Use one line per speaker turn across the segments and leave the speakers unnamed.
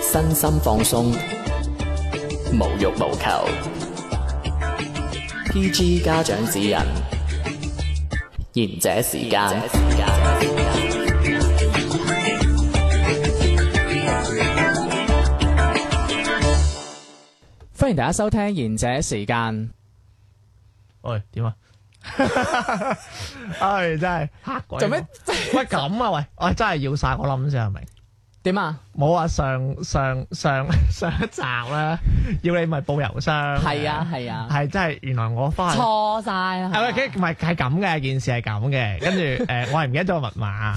身心放鬆，無欲無求。PG 家長指引，賢者時間。
歡迎大家收聽賢者時間。
喂，點啊？ 唉，真係黑鬼
做咩？
喂咁啊？喂，我真係要晒我諗先係咪？
點啊？
冇啊！上上上上一集咧，要你咪報郵箱。
係啊，係啊，
係真係原來我翻去。
錯晒啦。
係咪？佢唔係係咁嘅件事係咁嘅， 跟住誒，我係唔記得咗個密碼，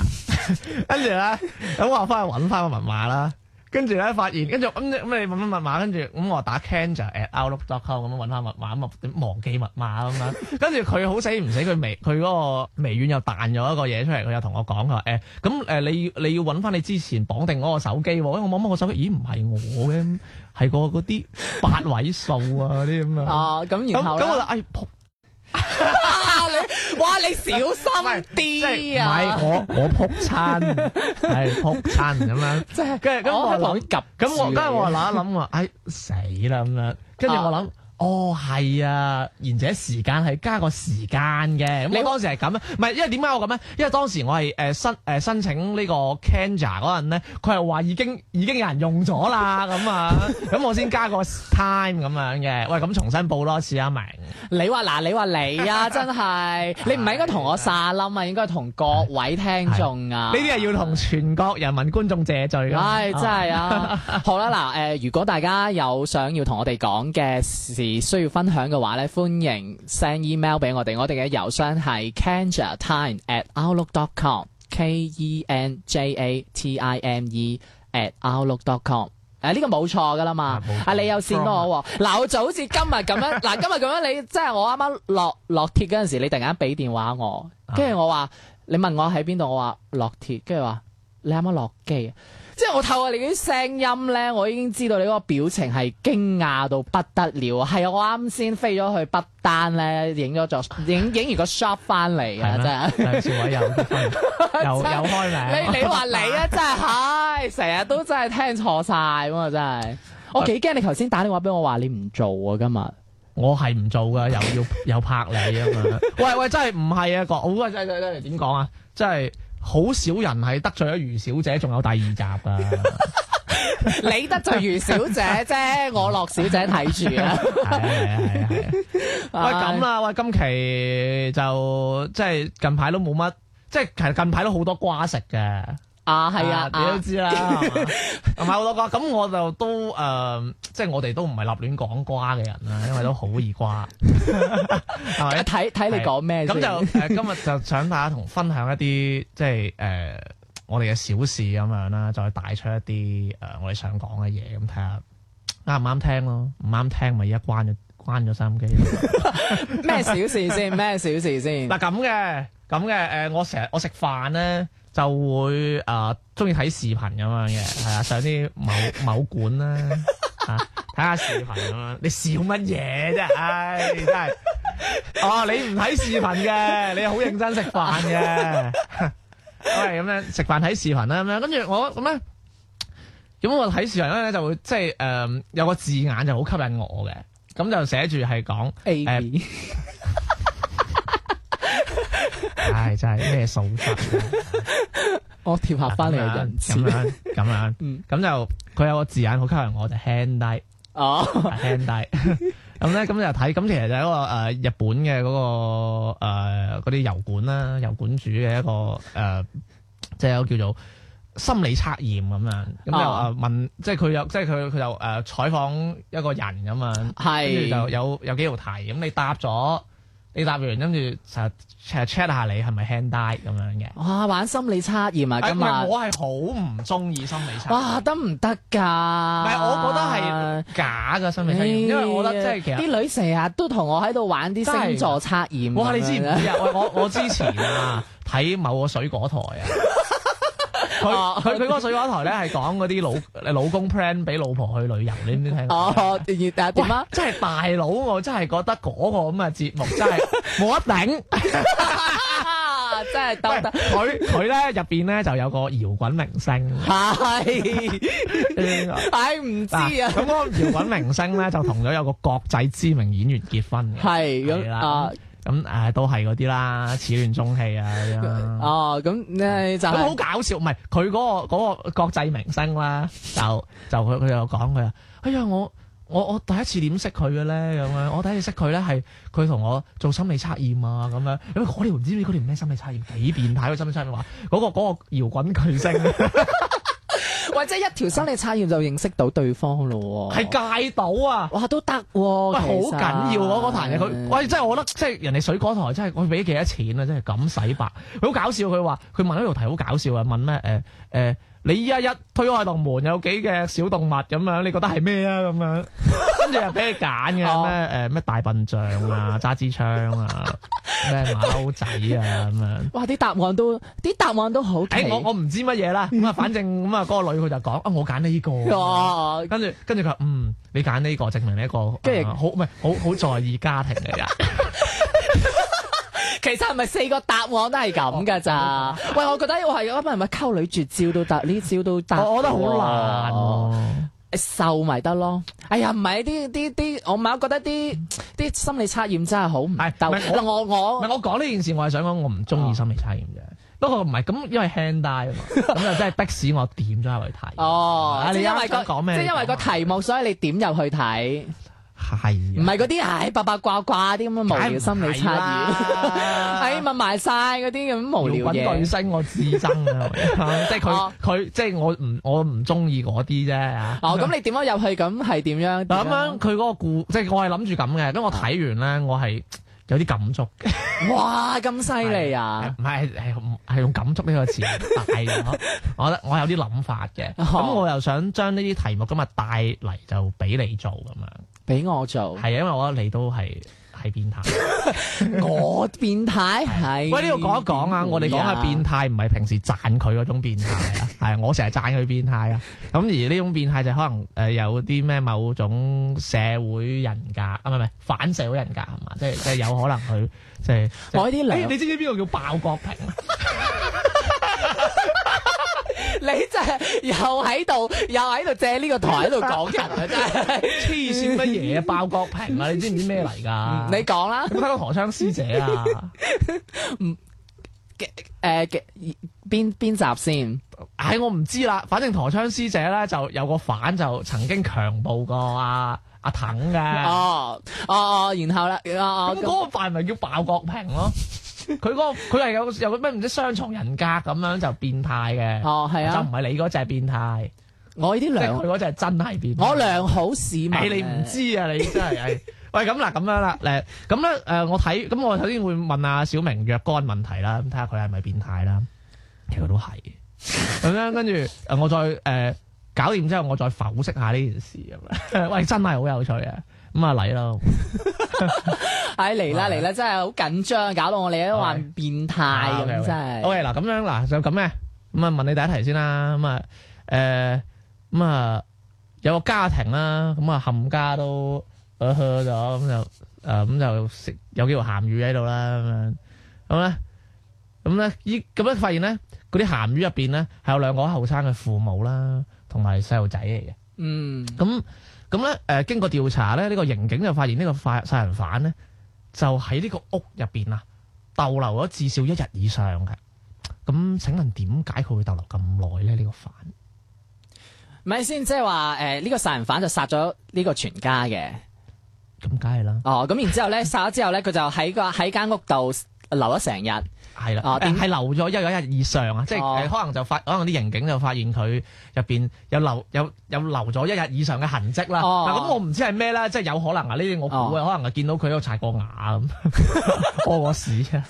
跟住咧咁我翻去揾翻個密碼啦，跟住咧發現，跟住咁你咁你揾翻密碼，跟住咁我打 Cancer at outlook.com 咁樣揾翻密碼，咁啊忘記密碼咁樣， 跟住佢好死唔死，佢微佢嗰個微軟又彈咗一個嘢出嚟，佢又同我講佢話誒，咁、誒你要你要揾翻你之前綁定嗰個手機喎，因為我望望個手機，咦唔係我嘅，係個嗰啲八位數啊嗰啲咁樣，
哦，咁
咁
然後
咁我就
咧，
哎仆
啊你，哇你小
喂
心
即係
啲
唔
啊！
係我我撲親，係撲親咁樣。
即係
跟住咁
我喺
我
旁邊
諗，
及
咁我跟住我
啦，
諗一諗話，唉死啦咁樣。跟住我諗，哦係啊，賢者時間係加個時間嘅。咁
你
我當時係咁啊，唔係因為點解我咁咧？因為當時我係誒申誒申請呢個 Canva 嗰陣咧，佢係話已經已經有人用咗啦咁啊，咁我先加個 time 咁樣嘅。喂，咁重新報多次啊，明？
你話嗱，你話你啊，真 係你唔係應該同我撒冧啊，應該同各位聽眾啊。
呢啲係要同全國人民觀眾謝罪㗎嘛。
唉，真係啊！ 好啦，嗱，誒，如果大家有想要同我哋講嘅事需要分享嘅話咧，歡迎 send email 俾我哋，我哋嘅郵箱係 kenjatime at outlook dot com k e n j a t i m e at outlook dot com。誒呢個冇錯噶啦嘛
啊冇，錯
啊你有線幫我喎，嗱我就好似今日咁 樣，嗱今日咁樣你即係我啱啱落落鐵嗰陣時，你突然間俾電話我，跟住我話你問我喺邊度，我話落鐵，跟住話你啱啱落機啊，即係我透過你嗰啲聲音咧，我已經知道你嗰個表情係驚訝到不得了啊！係啊，我啱先飛咗去北丹咧，影咗座影 影完個 shot 翻嚟啊，真係。
真係少位又 又又開名，
你你話你啊，真係唉，成日都真係聽錯晒咁啊，真係。我幾驚你頭先打電話俾我話你唔做啊，今日
我係唔做噶，又要 又拍你啊嘛！喂喂，真係唔係啊，講好啊，真真真點講啊？真係好少人係得罪咗余小姐，仲有第二 集噶。
你得罪余小姐啫，我樂小姐睇住啊。
係啊係啊係啊係啊！ 喂咁啦，喂今期就即係近排都冇乜，即係其實近排都好多瓜食嘅。
啊，係啊，
你都知啦，係咪 好多瓜？咁我就都誒，即係我哋都唔係立亂講瓜嘅人啦，因為都好易 瓜，係
啊
咪？
睇睇你講咩
咁
先
就誒、呃今日就想大家同分享一啲即係誒、呃我哋嘅小事咁樣啦，再帶出一啲誒、呃我哋想講嘅嘢，咁睇下啱唔啱聽咯，唔啱聽咪而家關咗關咗收音機咯。
咩小事先？咩小事先？
嗱咁嘅咁嘅誒，我成日我食飯咧就會誒中意睇視頻咁樣嘅，係啊，上啲某某館啦啊，睇下視頻咁樣。你笑乜嘢啫？唉，真係哦，你唔睇視頻嘅，你好認真食飯嘅。喂，咁樣食飯睇視頻啦，咁樣跟住我咁咧。咁我睇視頻咧就會即係誒、有個字眼就好吸引我嘅，咁就寫住係講
A
誒
B
唉，真係咩素質啊！
我貼合翻你嘅人
咁
設
樣咁樣，
嗯
咁就佢有個字眼好吸引我，就 hand 低
哦，
hand 低。咁咧咁就睇，咁其實就係一個誒、呃日本嘅嗰、個誒嗰啲油管啦，油管主嘅一個誒、呃即係有叫做心理測驗咁樣，咁就
啊
誒問，即係佢有，即係佢佢就誒、呃、採訪一個人咁樣。跟住就
係
有有幾條題，咁你答咗，你答完跟住就 check check 下你係咪 hand die 咁樣嘅。
哇，玩心理測驗啊，
哎唔係
今日
我係好唔中意心理測驗，
哇，得唔得㗎？
唔
唔
係我覺得係假嘅心理測驗，因為我覺得即係其實。
哎啲女成日都同我喺度玩啲星座測驗。
哇！你知唔
咁樣
知啊？我我我之前啊睇某個水果台啊，佢佢佢嗰個水果台咧係講嗰啲老老公 plan 俾老婆去旅遊，你知唔知聽過？
哦，但係點啊？
真係大佬，我真係覺得嗰個咁嘅節目真係冇得頂。
真真系
喂
兜兜。
佢佢咧入邊咧就有個搖滾明星。
系，唉唔知
嗱
啊，
咁嗰個搖滾明星咧就同咗有個國際知名演員結婚嘅。
系
係
咁
啦
啊，
咁誒、都係嗰 啲啦，始亂終棄啊嗰啲啦
哦咁咧就
咁好
係
搞笑，唔係佢嗰個嗰、個國際明星啦，就就佢佢就講佢話：哎呀，我我我第一次點識佢嘅咧咁樣，我第一次識佢咧係佢同我做心理測驗啊咁樣，因為我哋唔知嗰條咩心理測驗幾變態，個心理測驗話嗰個嗰、個搖滾巨星啊
或者一條心理測驗就認識到對方咯喎。
係戒到啊！
哇都得喎，
喂，
哦
好
其實嗯
緊要啊！嗰壇嘢佢，喂，真係我覺得，即係人哋水果台真係佢俾幾多錢啊！真係咁洗白，佢好搞笑。佢話佢問一條題好搞笑啊！問咩？誒、誒、你依家一推開道門有幾嘅小動物咁樣，你覺得係咩啊？咁樣跟住又俾你揀嘅咩？誒
哦
咩、大笨象啊，揸支槍啊，咩馬騮仔啊咁樣。
哇啲答案都啲答案都好奇
誒、我我唔知乜嘢 啦。咁啊，反正咁啊，嗰個女佢就講啊，我揀呢、個。
哦
跟住跟住佢話嗯，你揀呢、個證明你一個
跟住
呃好唔係好好在意家庭啊嘅人。
其實係咪四個答案都係咁噶 咋？喂，我覺得我係咁，係咪溝女絕招都得？呢招都得喎。
我我覺得好
哦
難
瘦咪得咯。哎呀，唔係啲啲啲，我唔係，我覺得啲啲心理測驗真係好唔
係
鬥。
唔係
嗱，我
喎。唔係
我
我講呢件事，我係想講我唔中意心理測驗啫。
哦
不過唔係咁，因為 hand die 啊 嘛，咁就真係迫使我點咗入去睇。
哦
啊，
即
你
係因為
啱想
個
講咩？
即係因為個題目，所以你點入去睇，
係
唔
啊
係嗰啲唉八八卦卦啲咁嘅無聊心理測驗， 唉
驗。
問埋晒嗰啲咁無聊
搖滾巨
嘢。
星我自憎啊， 即係佢
哦
佢即係我唔我唔中意嗰啲啫啊
哦，咁你點樣入去？咁係點啊樣？
嗱咁樣佢嗰個故，即係我係諗住咁嘅，因為我睇完咧，我係有啲感觸。
樣，哇，咁犀利啊！
唔係係係係用感觸呢個詞嚟帶 我，我覺得我有啲諗法嘅，
哦
咁我又想將呢啲題目今日帶嚟就俾你做咁樣，
俾我做，
係因為我覺得你都係係變態。
我變態係。
喂，呢度講一講啊，我哋講下變態，唔係平時讚佢嗰種變態 啊，係我成日讚佢變態啊。咁而呢種變態就可能誒有啲咩某種社會人格啊，唔係唔係反社會人格係嘛？即係即係有可能佢即係即係
我呢啲
誒
兩
你知唔知邊個叫爆啊國平？
你真係又喺度，又喺度借呢個台喺度講人 啊！真係，
黐線乜嘢啊？爆國平啊！你知唔知咩嚟㗎？
你講啦，
有冇睇過陀槍師姐啊？
誒嘅邊邊集先？
唉，我唔知啦。反正陀槍師姐咧就有個反就曾經強暴過阿阿騰嘅。
哦哦哦，然後啦，哦
啊
哦
咁嗰個犯咪叫爆國平咯？佢嗰個佢係有有個咩唔知雙重人格咁樣就變態嘅。
哦，係
就
啊
唔，係你嗰只變態，
我呢啲
即係
良
佢嗰只真係變態。
我良好市民，
唉，你唔知啊！你真係 唉，喂咁嗱咁樣啦，誒咁咧誒，我睇咁我首先會問阿小明若干問題啦，咁睇下佢係咪變態啦，其實佢都係咁樣，跟住誒我再誒、呃搞掂之後，我再剖析下呢件事咁樣，喂 真係好有趣啊！咁啊嚟啦，
唉哎嚟啦
係
嚟啦，真係好緊張，搞到我哋都話
係
變態啊咁真係。
啊 OK 嗱咁樣嗱就咁嘅，咁啊問你第一題先啦，咁啊誒咁啊有個家庭啦，咁啊冚家都呃呵咗，咁就誒呃咁就食有幾條鹹魚喺度啦，咁樣咁咧咁咧依咁咧發現咧嗰啲鹹魚入邊咧係有兩個後生嘅父母啦，同埋細路仔嚟嘅。
嗯，
咁咁咧，誒、經過調查咧，呢、個刑警就發現呢個犯殺人犯咧，就喺呢個屋入邊啊，逗留咗至少一日以上嘅。咁請問點解佢會逗留咁耐咧？呢、個犯
咪先，即係話誒呢個殺人犯就殺咗呢個全家嘅。
咁梗係啦，
哦，咁然之後 咧，殺咗之後咧，佢就喺個喺間屋度呃留咗成 日。
係啦，
啊點
誒呃係、留咗一日以上啊，即係、
哦
誒可能就發，可能啲刑警就發現佢入邊有留有有留咗一日以上嘅痕跡啦。嗱、
哦
咁我唔知係咩啦，即係有可能啊，呢啲我估啊，可能係見到佢喺度刷過牙咁， 屙過屎啊。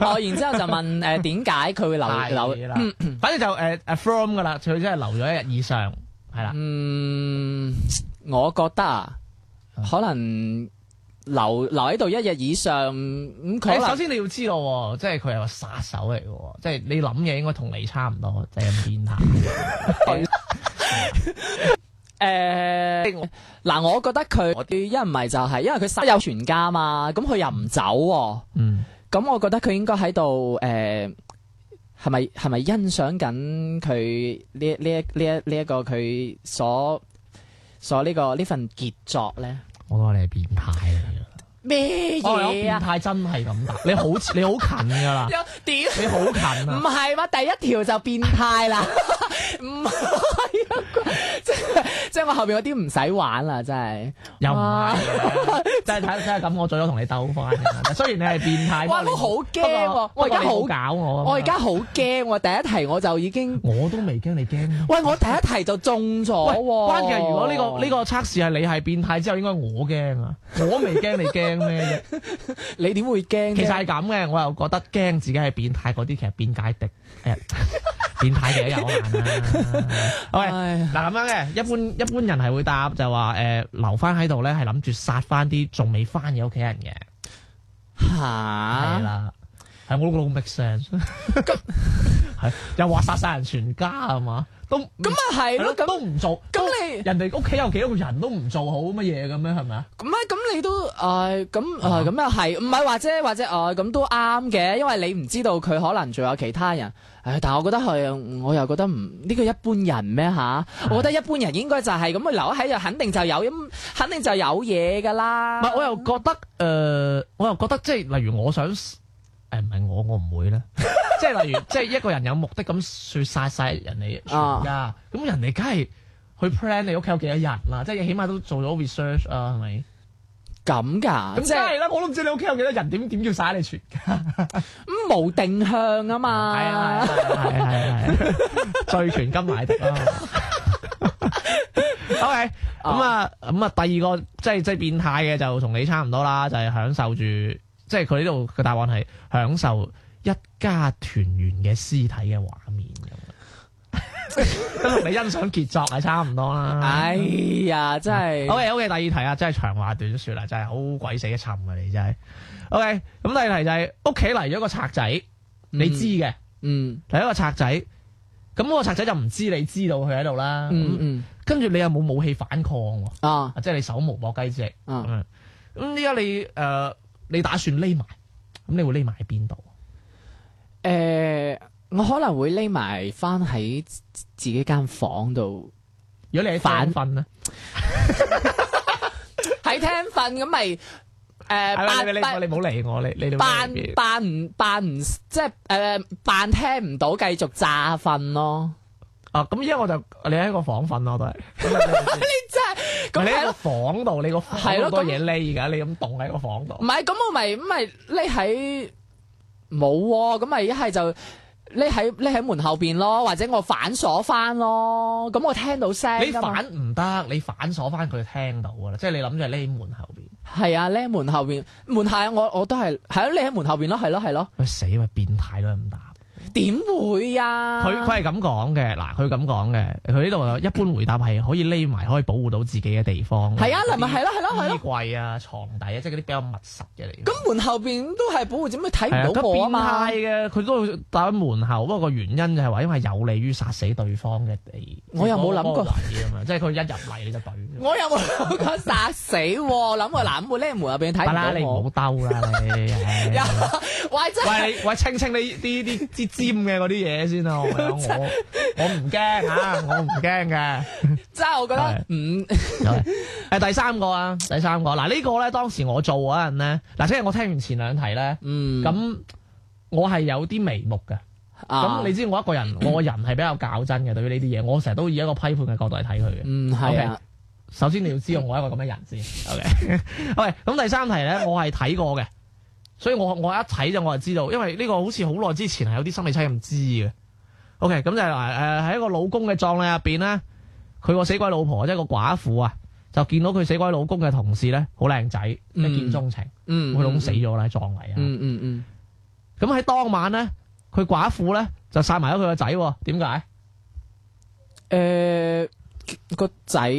哦，然之後就問誒點解佢會
係
留嗯留？
啦，反正就誒 affirm 噶啦，佢真係留咗一日以上，係啦，
嗯，我覺得啊，可能留留喺度一日以上，咁佢
誒
可
首
能
先你要知道喎，即係佢係個殺手嚟嘅喎，即係你諗嘢應該同你差唔多，就係咁變 態。
誒嗱，我覺得佢一唔係就係因為佢殺有全家嘛，咁佢又唔走喎，
嗯，
咁我覺得佢應該喺度誒係咪係咪欣賞緊佢呢呢一呢一呢一個佢所所呢、個呢份傑作咧？
我覺得你係變態嚟
啊
嘅。
咩
我有
嘢
變
啊？
態真係咁答，你好 你好近㗎啦，
哦有屌！
你好近
唔
啊！
係嘛？第一條就變態啦， 唔係啊！即係即係我後邊嗰啲唔使玩啦，真係。
又唔係嘅，真係睇真係咁，我最多同你鬥翻嘅。雖然你係變態，
哇
不過你
我好驚
不過
喎
不過
我而家
你
好
搞我啊嘛，
我而家好驚喎，第一題我就已經，
我都未驚，你驚？
喂，我第一題就中咗
喂，
喎。
關鍵係如果呢個呢個測試係你係變態之後，應該我 驚啊！我未驚，你驚咩啫？
你點會驚啫？
其實係咁嘅，我又覺得驚自己係變態嗰啲，其實變解敵誒、 變態嘅有限啦。喂，
唉
嗱咁樣嘅，一般一般人係會答就話誒、呃留翻喺度咧，係諗住殺翻啲仲未翻嘅屋企人嘅，係
吓，
啦、係我都覺得好 make sense。係 又話殺晒人全家係嘛？都
咁啊係
係
咯，
咯，
咁
都唔做。
咁你
人哋屋企有幾多個人都唔做好乜嘢咁樣係咪啊？
咁啊咁你都誒咁誒咁又係，唔係或者或者誒咁都啱嘅，因為你唔知道佢可能仲有其他人。誒，但係我覺得係，我又覺得唔呢個一般人咩吓？我覺得一般人應該就係咁，佢留喺度肯定就有咁，肯定就有嘢㗎啦。
唔係，我又覺得誒、呃我又覺得即係例如我想誒唔係我，我唔會 啦。即係例如，即係一個人有目的咁説殺晒人哋全家，咁、人哋梗係去 plan 你屋企有幾多人啦，即係起碼都做咗 research 啊，係咪？
咁㗎，
咁
即
梗
係
啊係啦，我都唔知你屋企有幾多人，點點叫晒你全家？
咁無定向啊嘛。
係啊係啊係啊係 啊係啊，最全金買的啦。O K，咁啊咁啊，第二個即係即係變態嘅就同你差唔多啦，就係、享受住，即係佢呢度嘅答案係享受一家團圓嘅屍體嘅畫面 咁樣。咁同你欣賞傑作係差唔多啦。
哎呀，真係
O K O K，第二題啊，真係長話短説啦，真係好鬼死一沉啊！你真係。O K，咁第二題就係屋企嚟咗個賊仔，你知嘅。
嗯
第一個賊仔，咁嗰個賊仔就唔知你知道佢喺度啦。
嗯嗯
跟住你又冇武器反抗喎，
啊
啊即係你手無搏雞之力咁
啊，
樣。咁依家你誒、呃你打算匿埋，咁你會匿埋喺邊度？
誒，呃我可能會匿埋翻喺自自己間房度。
如果你喺
反
反瞓咧，
喺廳瞓咁咪誒
係咪你
扮
你你唔好理我，你你你
扮
你
扮唔扮唔即係誒扮聽唔到，繼續炸瞓咯。
啊咁依家我就你喺個房瞓咯，我都係。
即係
咁
咁
你喺
係
個
咯，
房度，你個房
係咯
好
咁
多
嗯
嘢匿㗎，你咁凍喺個房度
唔。係咁我咪咁咪匿喺冇喎，咁咪一係就匿喺匿喺門後邊咯，或者我反鎖翻咯。咁我聽到聲
你
㗎嘛
反唔得，你反鎖翻佢聽到㗎啦，即係你諗住係匿喺門後邊。
係啊，匿喺門後邊門下我我都係係咯，匿喺門後邊咯，係咯係咯，
喂死喂，變態都係咁打。
點會啊？
佢佢係咁講嘅，嗱，佢咁講嘅，佢呢度一般回答係可以匿埋，可以保護到自己嘅地方。
係啊，嗱咪係咯係咯係咯。
衣櫃啊、床底啊，即係嗰啲比較密實嘅嚟。
咁門後邊都係保護，點解睇
係
唔到我啊嘛？
咁變態嘅，佢都會打喺門口。不過個原因就係話，因為有利於殺死對方嘅地。
我又冇諗過
嗰個位啊嘛，即係佢一入嚟你 就懟。
我有冇諗過殺死喎？諗過嗱，咁會匿喺門入邊
得啦，
睇唔
你
到
唔
我
好。兜啦你。唉
有， 喂真係
喂你喂清清呢啲啲啲尖嘅嗰啲嘢先啊！我我我唔驚嚇，我唔驚嘅。
真係，我覺得唔
誒第三個啊，第三個嗱、呢個咧，當時我做嗰陣咧，嗱即係我聽完前兩題咧，
嗯
咁、我係有啲眉目嘅。咁、
啊
你知我一個人，我個人係比較較真嘅，對於呢啲嘢，我成日都以一個批判嘅角度嚟睇佢嘅。
嗯係啊
首先你要知道我係一個咁嘅人 先。OK，喂， 咁第三題咧，我係睇過嘅，所以我我一睇就我就知道，因為呢個好似好耐之前係有啲心理測驗知嘅。OK，咁就係話誒喺一個老公嘅葬禮入邊咧，佢個死鬼老婆即係個寡婦啊，就見到佢死鬼老公嘅同事咧，好靚仔，一
嗯
見鍾情，
嗯
佢老公死咗啦喺葬禮啊。
嗯嗯嗯
咁喺當晚咧，佢寡婦咧就殺埋咗佢個仔喎，點解？
誒個仔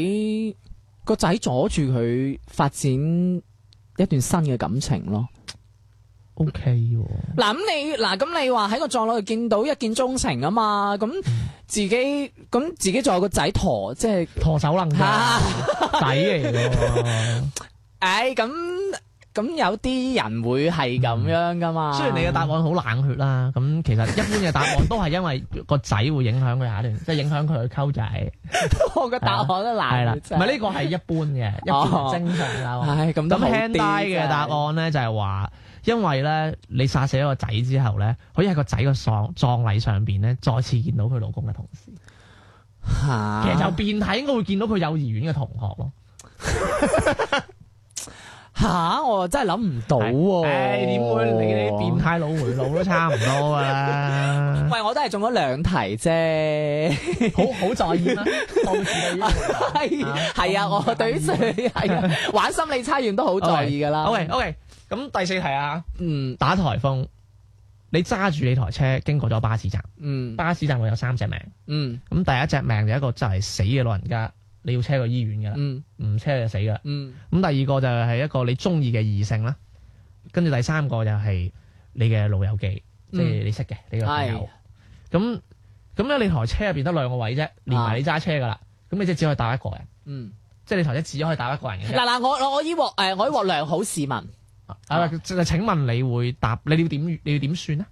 個仔阻住佢發展一段新嘅感情咯。
O K 喎，
嗱咁你嗱咁你話喺個葬禮度見到一見鍾情啊嘛，咁自己咁自己仲有個仔陀，即係
拖手楞㗎
嚇。
仔嚟嘅喎。
唉，咁咁有啲人會係咁樣噶嘛。
雖然你嘅答案好冷血啦，咁其實一般嘅答案都係因為個仔會影響佢下一段，即係影響佢去溝仔，
我嘅答案都
係啦，
難，
唔係呢個係一般嘅，一般正常啦。我覺得
哦 唉，咁都
咁
好
hand
啲
die 嘅答案咧就係話，因為咧你殺死咗個仔之後咧，可以喺個仔個喪葬禮上邊咧再次見到佢老公嘅同事，
嚇啊
其實就變態應該會見到佢幼兒園嘅同學咯。
嚇，我真係諗唔到喎。，
唉，點會你啲變態老回腦都差唔多噶 啦
喂，我都係中咗兩題啫。
好好在意啦，報紙都要
係
啊
係啊，我對於係啊玩心理測驗都好在意噶 啦。
OK OK，咁第四題啊，
嗯
打颱風，你揸住你台車經過咗巴士站，
嗯
巴士站會有三隻命，
嗯
咁第一隻命就一個就係死嘅老人家，你要車去醫院噶啦。
嗯
唔車就死噶啦。
嗯
咁第二個就係一個你中意嘅異性啦，跟住第三個就係你嘅老友記，
嗯
即係你識嘅你個朋友。咁咁咧，你台車入邊得兩個位啫，連
啊
埋你揸車噶啦。咁你即係只可以搭一個人，
嗯。
即係你台車只可以搭一個人嘅啫。
嗱嗱，我我我依鑊誒，我依鑊良好市民。
啊，就請問你會搭？你要點？你要點算咧？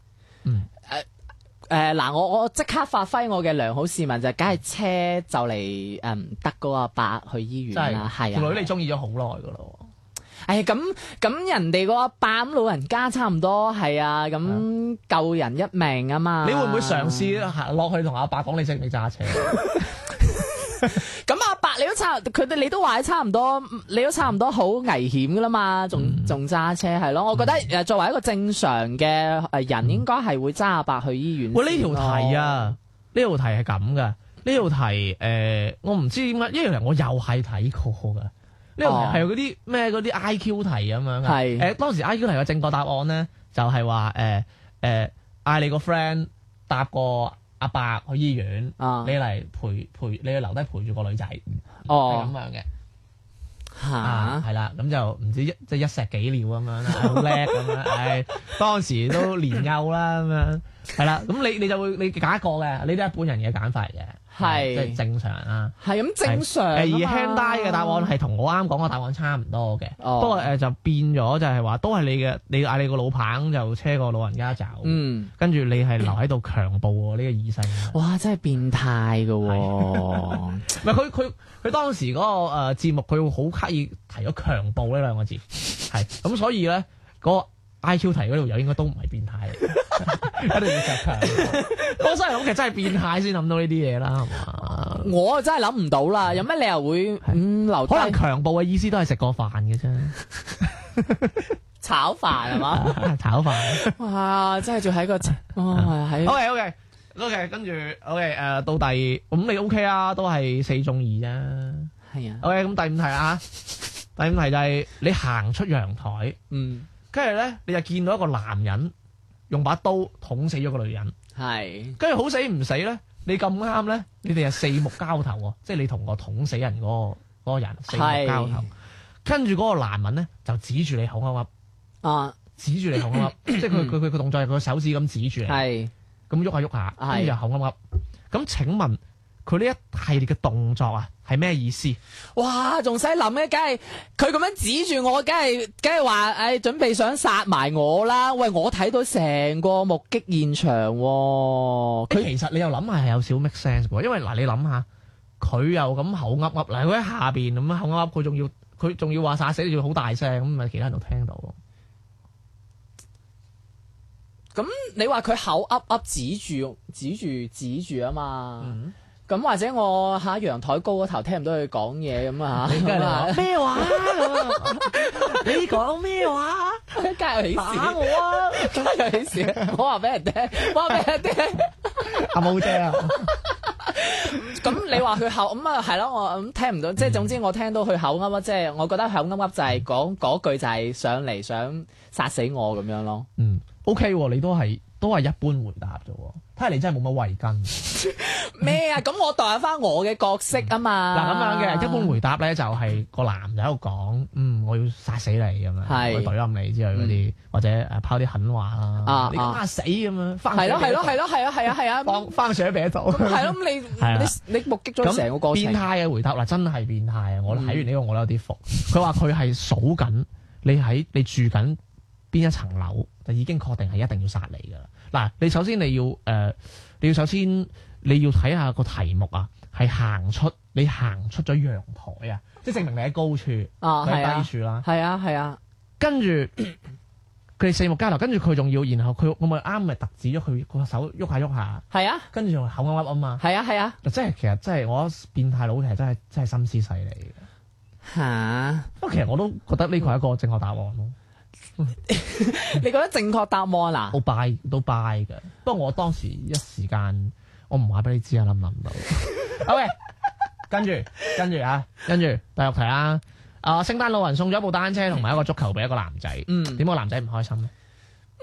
誒嗱、我我即刻發揮我嘅良好市民就梗係車就嚟誒唔得嗰個伯去醫院
真
啦，
係
係
條女
啊
你。中意咗好耐噶咯。
誒咁咁人哋嗰個伯咁老人家差唔多係啊，咁救人一命啊嘛。
你會唔會嘗？試行落去同阿伯講你識唔識揸車？
咁阿伯你都差，佢哋你都話差唔多，你都差唔多好危險噶啦嘛，仲
嗯
仲揸車係咯。我覺得誒作為一個正常嘅誒人，應該係會揸阿伯去醫院。
嗯喂，呢條題，啊，呢條題係咁噶。呢條題誒、呃我唔知點解，呢條題我又係睇過噶。呢條題係嗰啲咩嗰啲 I Q 題咁樣噶。
哦係
誒、當時 I Q 題嘅正確答案咧，就係話誒誒嗌你個 friend 搭個阿伯去醫院，
啊
你嚟陪陪，你要留低陪住個女仔，係咁
哦
樣嘅。啊
嚇，
係啦，咁就唔知一即係一石幾鳥咁樣 啦，好叻咁樣，唉，當時都年幼啦咁樣，係啦，咁你你就會你揀一個嘅，你都係一般人嘅揀法嚟嘅，
係
即係正常啦。
係咁正常
誒
啊嘛。
而 hand die 嘅答案係同我啱講嘅答案差唔多嘅，
哦
不過誒就變咗就係話都係你嘅，你嗌你個老棒就車個老人家走，
嗯，
跟住你係留喺度強暴喎呢個異性。
哇，真係變態噶喎！
唔係佢佢佢當時嗰、個誒、呃、節目，佢會好刻意提咗強暴呢兩個字，係咁所以咧嗰、個 I Q 題嗰條友應該都唔係變態 嚟，一定要石強暴。我真係諗其實真係變態先諗到呢啲嘢啦，係嘛？
我真係諗唔到啦，有咩理由會嗯留低
可能強暴嘅意思都係食過飯嘅
炒飯係 嘛？
啫，炒飯。
哇！真係仲喺個哦喺
OK OK OK，跟住 OK 誒、到第咁你 OK 啊，都係四中二啫。
係啊，
OK，咁第五題啦嚇，第五題就係你行出陽台。
嗯
跟住咧，你就見到一個男人用把刀捅死咗個女人，
係
跟住好死唔死咧？你咁啱咧，你哋係四目交頭喎， 即係你同個捅死人嗰、個嗰個人四目交頭
係。
跟住嗰個男人咧就指住你口口噏，
啊
指住你口 口噏，即係佢佢佢佢動作係佢個手指咁指住你，
係
咁喐下喐下，
係
跟住又口噏噏。咁請問佢呢一系列嘅動作啊，係咩意思？
哇！仲使諗咧，梗係佢咁樣指住我，梗係梗係話誒準備想殺埋我啦！喂，我睇到成個目擊現場喎，
佢
佢
其實你又諗下係有少 make sense 喎，因為嗱你諗下，佢又咁口噏噏，嗱佢喺下邊咁樣口噏噏，佢仲要佢仲要話殺死你，仲要好大聲，咁咪其他人都聽到喎。
咁你話佢口噏噏指住指住指住啊嘛。
嗯
咁或者我喺陽台高嗰頭聽唔到佢講嘢咁啊，
你梗係
咁啊
話咩話？ 你講咩話？
梗係有喜
打
事，
我啊！
梗係有喜事。我話俾人聽，我話俾人聽。
阿毛姐啊，
咁你話佢口咁啊，係咯，我咁聽唔到，即
嗯
係總之我聽到佢口噏啊，即係我覺得口噏噏就係講嗰句就係上嚟想殺死我咁樣咯。
嗯，OK 喎，你都係都係一般回答啫喎，睇嚟你真係冇乜慧根。
咩啊？咁我代入翻我嘅角色啊嘛。
嗯嗱咁樣嘅，一般回答咧就係個男就喺度講，嗯，我要殺死你咁樣，
係嗯
我懟冧你之類嗰啲，或者誒拋啲狠話啦
啊，
你家死咁樣，翻
係咯係咯係咯係啊係啊係啊。
放翻水俾度，
咁係咯，啊咁你
係啦
你你目擊咗成個過程。
變
嗯
態嘅回答嗱，真係變態啊！我睇完呢個我都有啲服，佢話佢係數緊你喺你住緊邊一層樓，就已經確定係一定要殺你噶啦。嗱，你首先你要誒、呃你要首先你要睇下個題目啊，係行出你行出咗陽台啊，即係證明你喺高處，你
啊，係
喺
啊，
低處啦。
係啊，係啊，
跟住 佢哋四目交流，跟住佢仲要，然後佢我咪啱咪特指咗佢個手喐下喐下，
係啊，
跟住仲口啱噏啊嘛。
係啊，係啊，
嗱，即係其實真係我覺得變態佬其實真係真係心思細膩嘅。
嚇！
不過其實我都覺得呢個係一個正確答案咯，
你覺得正確答案啊嗱？
我 buy 都 buy 嘅。不過我當時一時間我唔話俾你知啊，諗唔諗 到？OK，跟住跟住啊，跟住第六題啊，啊聖誕老人送咗部單車同埋一個足球俾一個男仔，
嗯
點解個男仔唔開心咧？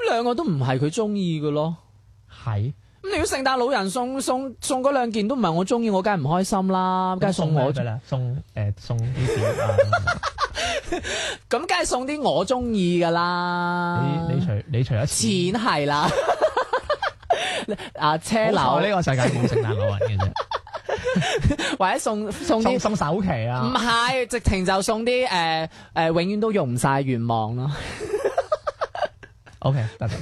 咁兩個都唔係佢中意嘅咯。
係。
咁你要聖誕老人送送送嗰兩件都唔係我中意，我梗係唔開心啦，梗係送我，
㗎
咁
啦，送誒送啲 碟
梗係送啲我中意噶啦
啊！。你你除你除咗錢，
錢係 啦，啊車
好彩呢
流
個世 界冇聖誕老人嘅啫，
或者送送
送
啲。
送首期
唔
啊，
係，直情就送啲誒誒，永遠都用唔晒願望咯。
OK 得得。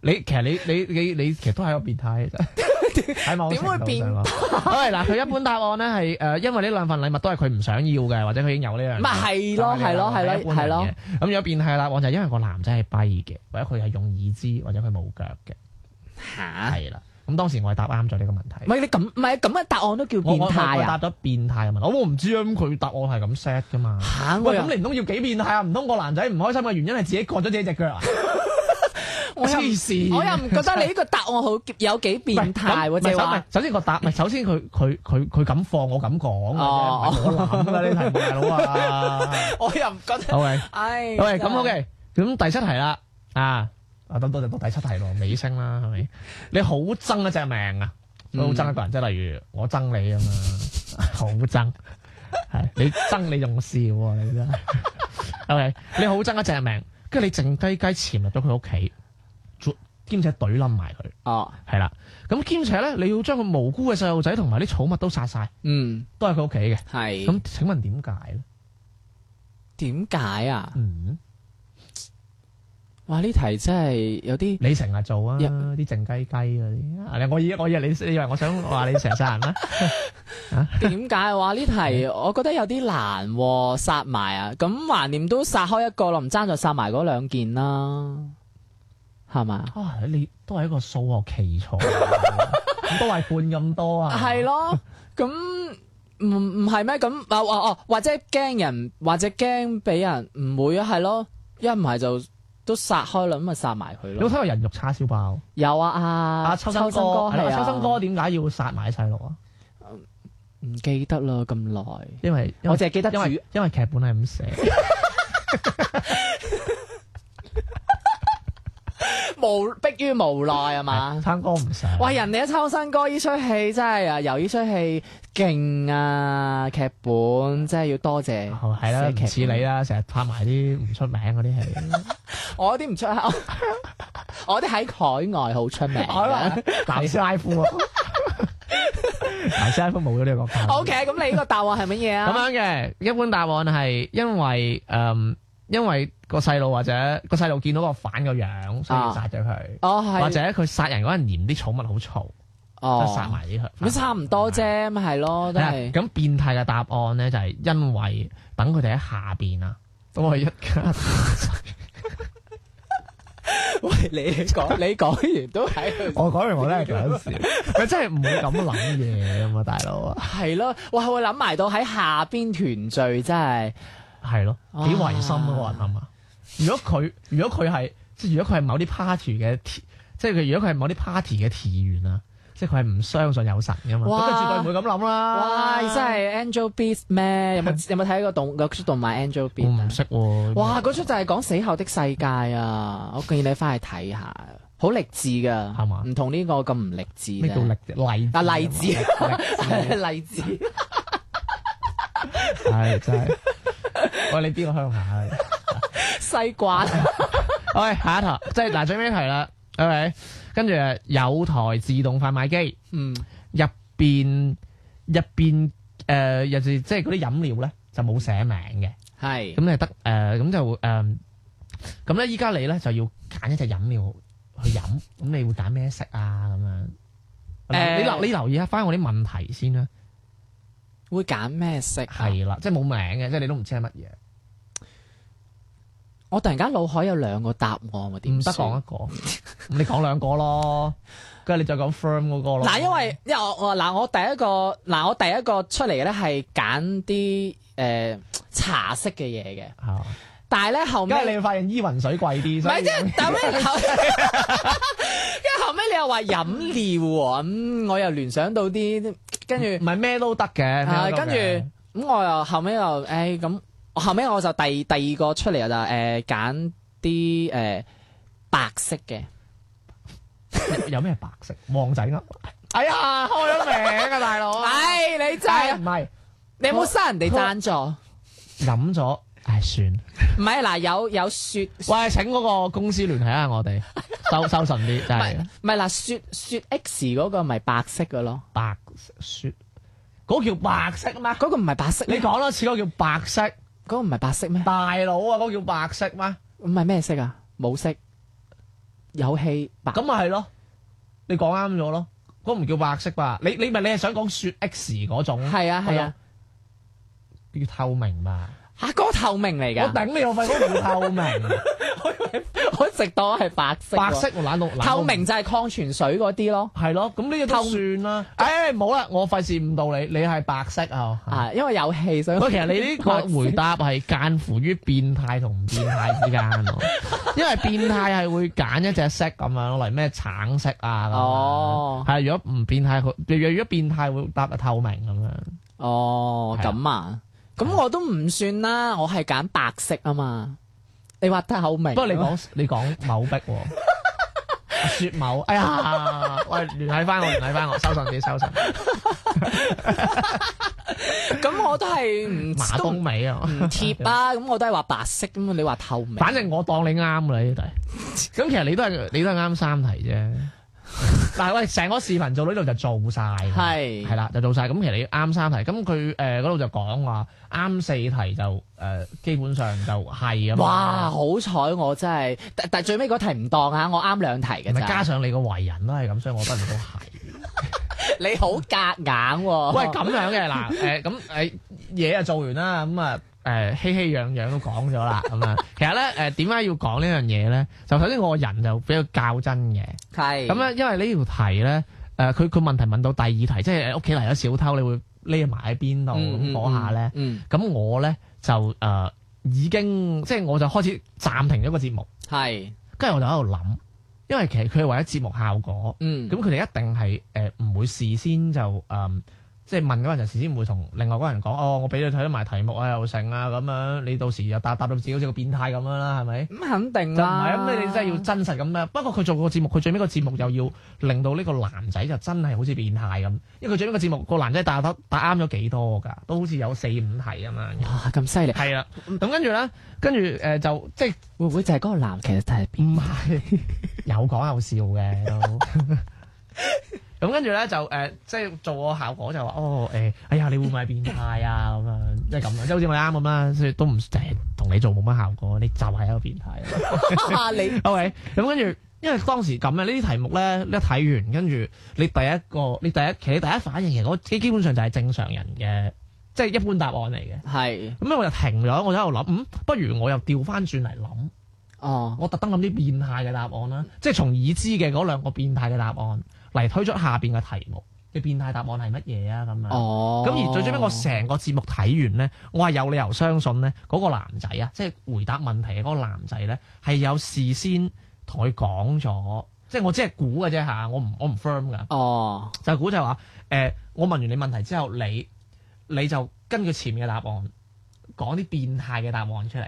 你其實你你你你其實都係一個變態嘅啫， 喺某
點會變
態？喂，啊嗱，佢一般答案咧係誒，因為呢兩份禮物都係佢唔想要嘅，或者佢已經有呢樣嘢。
咪係咯
但
係咯係咯
一般人
係咯
嘅。咁如果變態啦，我就係因為個男仔係跛嘅，或者佢係用義肢，或者佢冇腳嘅，
嚇
係啦。咁當時我係答啱咗呢個問題
唔。係你咁，唔係咁嘅答案都叫
我
變態
我我
啊
答！咗變態嘅問題，我唔知啊。咁佢答案係咁 set 噶嘛？
嚇我
喂，
又
咁你唔通要幾變態啊？唔通個男仔唔開心嘅原因係自己割咗自己只腳啊？
我又唔
黐線
我又唔覺得你呢個答案好有幾變態
喂
喎，即係
咁唔係首唔係
話
首先個答，唔係首先佢佢佢佢咁放我咁講嘅啫，
哦
唔係我諗㗎呢題大佬 啊。
我又唔覺得。
好嘅，
唉，
好嘅，咁好嘅，咁第七題啦，啊啊，咁到就到第七題咯，尾聲啦，係咪？你好憎一隻命啊，
嗯
你好憎一個人，即係例如我憎你啊嘛，好憎，係你憎你仲笑喎，你真係。OK，你好憎一隻命，跟住你靜雞雞潛入咗佢屋企捉，兼且懟冧埋佢，
哦，
係啦。咁兼且咧，你要將佢無辜嘅細路仔同埋啲寵物都殺晒，
嗯，
都係佢屋企嘅。
係。
咁請問點解咧？
點解啊？
嗯，
哇！呢題真係有啲
你成日做啊，
一
啲靜雞雞嗰啲啊。你我以我以為你你以為我想話你成日殺人咩？
點解話呢題，
嗯
我覺得有啲難喎，殺埋啊！咁橫掂都殺開一個咯，唔爭就殺埋嗰兩件啦，係咪啊？
啊，你都係一個數學奇才，咁都係半咁多啊。
係咯， 咁唔唔係咩？咁啊哦哦，或者驚人，或者驚俾人唔會啊，係咯，一唔係就都殺開啦，咁咪殺埋佢
你有冇
咯。
睇過人肉叉燒包？
有啊啊，
啊，秋生哥，
係
係啦
啊，
秋生哥點解要殺埋啲細路啊？
唔記得啦，咁耐，
因為因為
我淨係記得
因
主
為因為劇本係咁寫，
無迫於無奈啊嘛。
生哥唔寫。
喂，人哋一秋生哥呢出戲真係啊，由呢出戲勁啊，劇本真係要多謝。
哦，係啦，
寫劇
唔似
本
你，啦，成日拍埋啲唔出名嗰啲戲。
我啲唔出， 我啲喺海外好出名。啊
南斯拉夫啊，南斯拉夫冇咗呢個國家。
O K，咁你呢個答案係乜嘢啊？
咁樣嘅，一般答案係因為誒，因為個細路或者個細路見到個反個樣，所以要殺咗佢，
哦，係
或者佢殺人嗰陣嫌啲寵物好嘈，
哦
就殺埋啲佢。
咁差唔多啫，咪係咯，都係啊
啊咁變態嘅答案咧，就係因為等佢哋喺下邊啊，都係一家。
喂你講你講完都係
我講完我都係講 笑，佢真係唔會咁諗嘢噶嘛，大佬啊，
係咯，哇！我諗埋到喺下邊團聚真係
係咯，幾違心嗰個人啊嘛。如果佢如果佢係即係如果佢係某啲 party 嘅，即係佢如果佢係某啲 party 嘅ที員啊，即係佢係唔相信有神噶嘛，咁
哇
佢絕對唔會咁諗啦。
哇！真係 Angel Beats 咩？有冇有冇睇過動嗰出動漫 Angel
我
Beats？
唔
啊
識喎。
哇！嗰出就係講死後的世界啊！我建議你翻去睇下，好勵志噶，
係嘛
唔同呢個咁唔勵志
啊咩叫
嘅。
力勵？
啊勵志
勵志
勵志。
係真係。喂，你邊個鄉下啊？
西瓜
喂，下一題，即係嗱最尾一題啦，OK，跟住誒有台自動販賣機
嗯
入邊入呃邊誒，入邊即係嗰啲飲料咧就冇寫名嘅，
係
咁係得誒，咁就誒咁咧，依家你咧就要揀一隻飲料去飲，咁你會揀咩色啊？咁樣，
誒
你留你留意下翻我啲問題先啦。
會揀咩色？啊
係啦，即係冇名嘅，即係你都唔知係乜嘢，
我突然間腦海有兩個答案喎，
唔
點
嗯得
算
講一啊個，咁你講兩個咯，跟住你再講 firm 嗰個咯。
嗱，因為因為我我嗱，我第一個嗱，我第一個出嚟嘅咧係揀啲誒茶色嘅嘢嘅，
啊，
但係咧後
因為你
尾
會發現依雲水貴啲，
唔
所以
係即係後尾後，跟住後尾你又話飲料喎，咁、我又聯想到啲跟住
唔係咩都得嘅，
啊
咩都得嘅
跟住咁我又後尾又誒咁，我後尾我就第第二個出嚟就誒揀啲誒白色嘅。
有咩白色 旺仔噏？哎呀，開咗名啊， 大佬！
唉、你真
哎
係
唔係
你有冇收人哋贊助？
飲咗，唉算。
唔係嗱，有有雪
喂，請嗰個公司聯繫下 我哋，收收神啲，真
唔係
係
唔係嗱，雪雪 X 嗰個咪白色嘅咯，
白色雪，嗰個叫白色咩？
嗰、個唔係白色
你
咩？
講多次嗰個叫白色，
嗰個唔係白色咩？
大佬啊，嗰個叫白色咩？
唔係咩色啊？冇色，有氣白。
咁咪係咯，你講啱咗咯，嗰個唔叫白色吧？你你咪你係想講雪 X 嗰種？
係啊係啊，
叫透明吧？
嚇嗰、個透明嚟
我
㗎，
頂你老肺，嗰個唔透 明，
我直到係白色喎。
白色我懶到
透明就係礦泉水嗰啲咯，
係咯，咁呢個都算啦。唉，冇啦，我費事誤導你，你係白色啊。
啊，因為有氣所以。
喂，其實你呢個回答係間乎於變態同唔變態之間 咯，因為變態係會揀一隻色咁樣，例如咩橙色啊咁樣。
哦
係如果唔變態，佢如果變態會答透明咁樣。
哦，
係啊
咁啊，咁我都唔算啦，我係揀白色啊嘛。你話透明，
不過你講你講某壁喎，雪某，哎呀，喂，聯繫翻我，聯繫翻我，收信啲，收信。
咁我都係唔
馬
都唔
東美啊，
貼啊，咁我都係話白色咁，你話透明。
反正我當你啱啦呢題。咁其實你都係你都係啱三題 啫。嗱喂，成個視頻做到呢度就做晒，
係
係啦，就做晒。咁其實你啱三題，咁佢誒呃嗰度就講話啱四題就誒、呃基本上就係啊嘛。
哇！！好彩我真係，但但最尾嗰題唔當啊，我啱兩題嘅
咪加
咋。
上你個為人都係咁，所以我得唔到係。
你好夾硬喎。
喂，咁樣嘅嗱，誒咁誒嘢啊做完啦，咁啊誒熙熙攘攘都講咗啦，咁啊，其實咧誒點解要講呢樣嘢咧？就首先我個人就比較較真嘅。
係
咁咧，因為呢條題咧，誒佢佢問題問到第二題，即係誒屋企嚟咗小偷，你會匿埋喺邊度咁嗰下咧？
嗯，
咁我咧就誒、呃已經即係我就開始暫停咗個節目，
係，
跟住我就喺度諗，因為其實佢係為咗節目效果，
嗯，
咁佢哋一定係誒唔會事先就誒。呃即係問嗰陣就事先唔會同另外嗰個人講，哦，我俾你睇咗埋題目啊，又成啊，咁樣你到時又答答到自己好似個變態咁樣啦，係咪？
咁肯定
就唔
啦。
係啊咁，你哋真係要真實咁啦。不過佢做個節目，佢最尾個節目又要令到呢個男仔就真係好似變態咁，因為佢最尾個節目個男仔打得打啱咗幾多㗎，都好似有四五題咁樣。
哇咁犀利，
係啦，嗯咁跟住咧，跟住誒、呃就即係
會唔會就係嗰個 男其實就係邊？
唔係有講有笑嘅都。 咁跟住咧就誒、呃即係做個效果就話哦誒、呃哎呀，你會唔會係變態啊咁樣，即係咁樣，即係好似我啱咁啦，所以都唔誒同你做冇乜效果，你就係一個變 態。啊
你
OK，咁跟住，因為當時咁嘅呢啲題目咧，一睇完跟住你第一個，你第一其實第一反應其實嗰基基本上就係正常人嘅，即係一般答案嚟嘅。
係
咁咧我就停咗，我就喺度諗，嗯，不如我又調翻轉嚟諗，
哦，
我特登諗啲變態嘅答案啦，即係從已知嘅嗰兩個變態嘅答案嚟推出下邊嘅題目嘅變態答案係乜嘢啊咁樣。
哦，
咁而最最尾我成個節目睇完咧，我係有理由相信咧，嗰個男仔啊，即係回答問題嘅嗰個男仔咧，係有事先同佢講咗，即係我只係估嘅啫嚇，我唔我唔 firm 噶，
哦，
就係估就係話誒，我問完你問題之後，你你就根據前面嘅答案講啲變態嘅答案出嚟，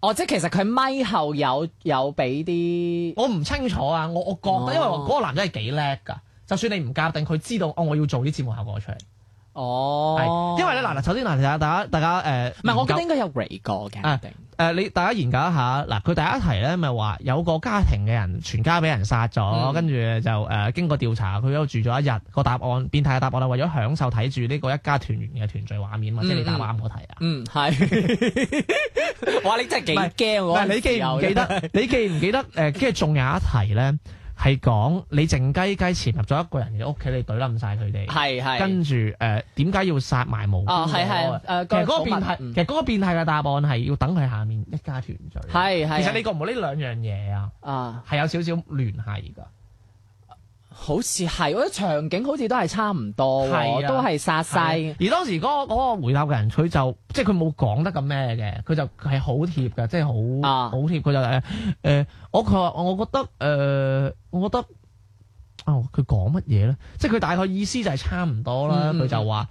哦，即係其實佢咪後有有俾啲
我唔清楚啊，我我覺得，因為
哦
嗰個男仔係幾叻㗎，就算你唔夾定，佢知道哦，我要做啲節目效果出嚟。
哦，
係因為咧嗱嗱，首先嗱，大家大家大家誒，
唔係，我覺得應
研
該有 r 過嘅，
啊
一定
究誒你大家研究一下嗱，佢第一題咧咪話有個家庭嘅人全家俾人殺咗，
嗯
跟住就誒經過調查，佢喺度住咗一日，個答案變態嘅答案係為咗享受睇住呢個一家團圓嘅團聚畫面嘛，即係你答啱嗰題啊。
嗯係。 哇！你真係幾驚我嗰
但
陣時候。
係你記唔 記得？你記唔記得？誒、跟住仲有一題咧，係講你靜雞雞潛入咗一個人嘅屋企，你懟冧晒佢哋，
係係
跟住誒點解要殺埋無辜
哦，
嗰個
係係誒，
其實嗰個變態，
係
其實嗰個變態嘅答案係要等佢下面一家團聚。
嗯係係。
其實你覺唔覺呢兩樣嘢啊，
啊，
係有少少聯繫㗎？
好似係，我覺得場景好似都係差唔多
係啊
喎，都係殺晒。
而當時嗰、個嗰個回答嘅人，佢就即係佢冇講得咁咩嘅，佢就係好貼嘅，即係好
啊
好貼。佢就誒誒，我佢話我覺得誒、呃我覺得哦，佢講乜嘢咧？即係佢大概意思就係差唔多啦。
嗯嗯
佢、就話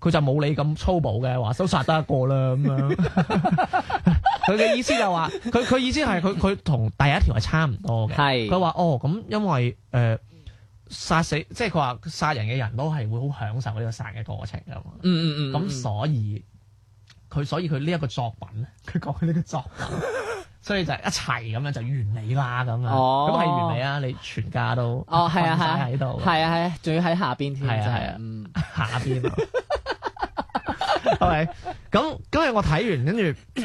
佢就冇你咁粗暴嘅，話都殺得一個啦咁樣。 佢嘅意思就話，佢佢意思係佢佢同第一條係差唔多嘅。
係
佢話哦，咁因為誒、呃、殺死，即係佢話殺人嘅人都係會好享受呢個殺嘅過程㗎嘛。
嗯嗯嗯。
咁所以佢所以佢呢一個作 品，佢講佢呢個作品，所以就一齊咁樣就完美啦咁樣，
哦
咁係完美啊！你全家都
哦，係啊，係
瞓晒
啊，
喺度，
係啊，係啊，仲要喺下邊添，
係啊
真
係啊
嗯
下邊啊，係咪？咁跟住我睇完，跟住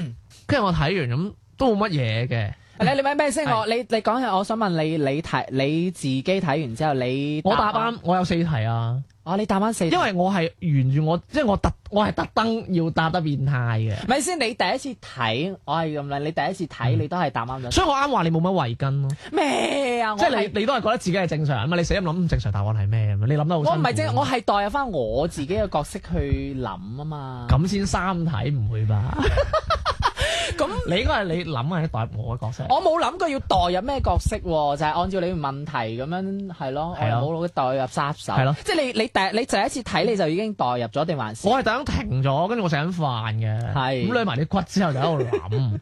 跟住我睇完咁都冇乜嘢嘅。
你你咪咩先？
係
我你你講下，我想問你，你睇你自己睇完之後，你
我答啱，我有四題啊，
哦，你答啱四，
因為我係沿住我，即係我特我係特登要答得變態嘅。
咪先？你第一次睇，我係咁啦，你第一次睇，你都係答啱咗
嗯所以我啱話你冇乜慧根咯，
咩啊？我
即係
係
你你都係覺得自己係正常人嘛？你死咁諗正常答案係咩咁樣？你諗得好
我唔係
辛苦
即係
啊
我係代入翻我自己嘅角色去諗啊嘛。
咁先三體唔會 吧？
咁
你應該係你諗係代入我嘅角色。
我冇諗過要代入咩角色喎，就係按照你問題咁樣係咯，我
係
冇
咯
代入殺手，
係咯
即係你你第你第一次睇你就已經代入咗定還是？
我係特登停咗，跟住我食緊飯嘅，
係
咁攣埋啲骨之後就喺度諗，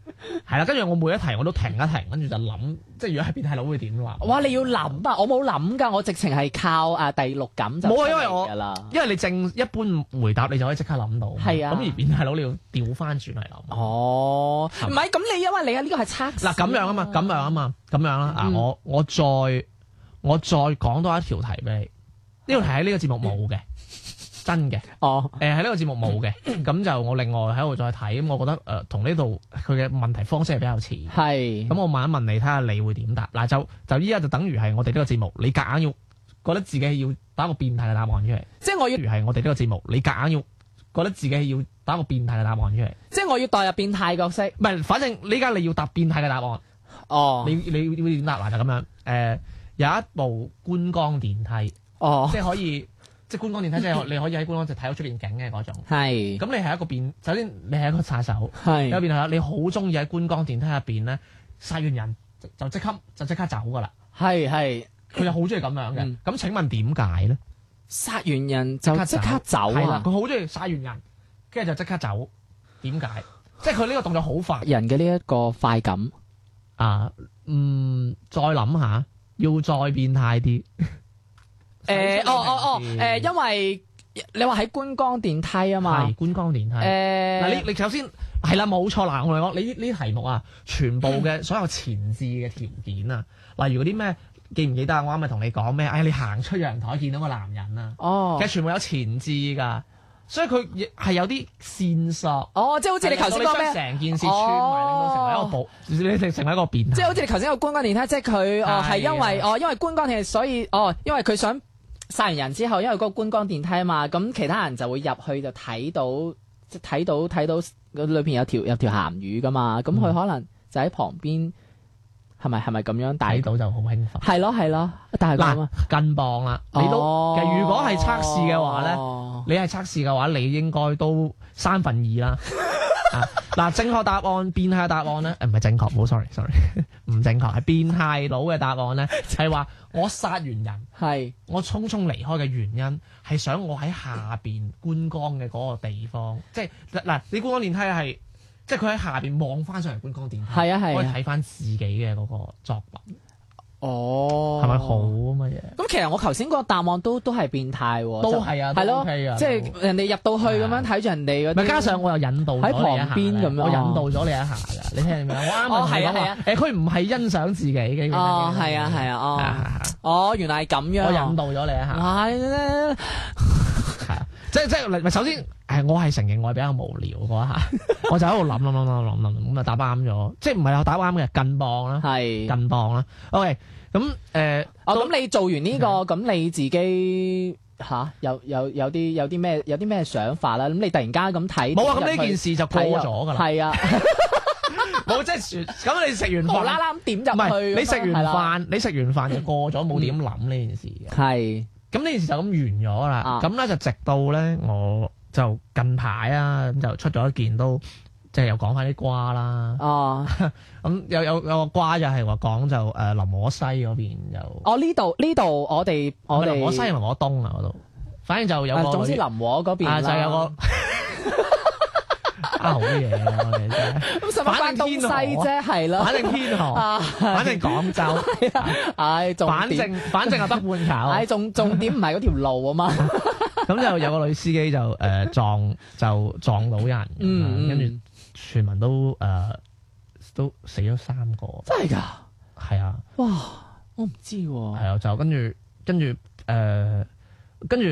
係啦，跟住我每一題我都停一停，跟住就諗，即係如果係變態佬會點話？
哇！你要諗啊，我冇諗噶，我直情係靠啊第六感就
冇啊因為
為
我
啦。
因為你正一般回答你就可以即刻諗到，
係啊
咁而變態佬你要調翻轉嚟諗。
哦，唔係咁你因為你啊呢個係測試
嗱咁樣啊嘛，咁樣啊嘛，咁樣啦啊！
嗯
我我再我再講多一條題俾你，呢條題喺呢個節目冇嘅，真嘅。
哦，
誒喺呢個節目冇嘅，咁就我另外喺度再睇，咁我覺得誒同呢度佢嘅問題方式係比較似。
係
咁我問一問你，睇下你會點答？嗱就就依家就等於係我哋呢個節目，你夾硬要覺得自己要打個變態嘅答案出嚟。
即係我要
等於係我哋呢個節目，你夾硬要覺得自己要打個變態嘅答案出嚟。
即係我要代入變態角色。
唔係，反正呢家你要答變態嘅答案，
哦
你你你會點答？嗱就咁樣誒、有一部觀光電梯，
哦，
即係可以即係觀光電梯，即係你可以喺觀光就睇到出邊景嘅嗰種。
係
咁你係一個變，首先你係一個殺手，有
係
變態，你好中意喺觀光電梯入邊咧殺完人就就即刻就即刻走噶啦，
係係
佢就好中意咁樣嘅
嗯。
咁請問點解咧？
殺完人就即
即
刻
刻
走
係啦
啊，！
佢好中意殺完人，跟住就即刻走，點解？即係佢呢個動作好快
人嘅呢一個快感，
啊！嗯，再諗下，要再變態啲。
誒哦哦哦，誒因為你話喺觀光電梯啊嘛
係，觀光電梯。嗱，
誒
你你首先係啦，冇錯啦，我同你講，你呢啲題目啊，全部 嘅所有前置嘅條件啊，例如嗰啲咩記唔記得啊？我啱咪同你講咩？哎，你行出陽台見到個男人啊，
哦
其實全部有前置㗎，所以佢亦係有啲線索。
哦，即係好似你頭先講咩哦
係令到你將？成件事串埋，令到成為一個暴，你成成為一個變態。
即係好似你頭先個觀光電梯，即係佢哦
係
係因為
啊
哦因為觀光電梯，所以哦因為佢想殺完人之後，因為嗰個觀光電梯啊嘛，咁其他人就會入去就睇到即係睇到睇到嗰裏邊有條有條鹹魚噶嘛，咁佢
嗯
可能就喺旁邊，係咪係咪咁樣？但
睇
係
到就好興奮。
係咯係咯，但係咁
嗱
啊，，
近磅啦，你都
哦
其實如果係測試嘅話咧。
哦
你係測試嘅話，你應該都三分二啦。 啊嗱、正確答案、變態答案咧，呃誒唔係正確，冇 sorry，sorry，唔 正確，係變態佬嘅答 案咧，係話我殺完人，
係
我匆匆離開嘅原因係想我喺下邊觀光嘅嗰個地方，即係嗱嗱，你觀光電梯係即係佢喺下邊望翻上嚟觀光電梯，
係啊係啊
可以睇翻自己嘅嗰個作品。
哦，
係咪好乜嘢？
咁其實我頭先嗰個答案都都係變態喎，
都係啊
就係
都 OK
咯，
啊
即係人哋入到去咁樣睇住人哋
咪
嗰啲，哦
加上我又引導咗你一下
喺旁邊咁樣
我引導咗你一下㗎，你聽唔明啊？我啱
哦
咪
係啊
同你講
係
話
啊
誒，佢唔係欣賞自己嘅，
哦，係啊，係啊，哦，
啊
哦，原來係咁樣，
我引導咗你一下，
哇，呢
係啊
即係即係，咪首先誒，我係承認我係比較無聊嗰一下，我就喺度諗諗諗諗諗諗，咁啊打啱咗，即係唔係打啱嘅近磅啦，
係，
近磅啦。OK，咁誒
哦，咁你做完呢個，咁你自己吓有有有啲有啲咩有啲咩想法啦？咁你突然間咁睇，
冇啊，咁呢件事就過
睇入
咗㗎啦，
係啊，
冇即係咁你食
無
完
啦
飯，
啦咁點入
唔係
去，
你食完飯，你食完飯就過咗，冇點諗呢件事嘅。
係
咁呢件事就咁完咗啦
啊。
咁咧就直到咧，我就近排啊，咁就出咗一件都即係又講翻啲瓜啦。
啦，哦，
咁有有有個瓜就係話講就誒林和西嗰邊就，
我哦呢度呢度我哋我
唔係
哋
林和西林和東啊嗰度，反正就有
啊
個
總之
女
林和嗰邊
啊
啦
就有 個啊好嘢啊我哋真係，
咁使乜關東西啫？係咯，
反正天河，
啊，
反正 廣州，
唉，重
反
點，
正反正係北
唉，
半
重重點唔係嗰條路啊嘛，
球，咁就有個女司機就誒撞就撞到人咁樣，
嗯，
跟住。全民都誒、呃都死咗三個，
真係噶，
係啊，
哇，我唔知
係
喎，
啊，就跟住跟住誒，跟住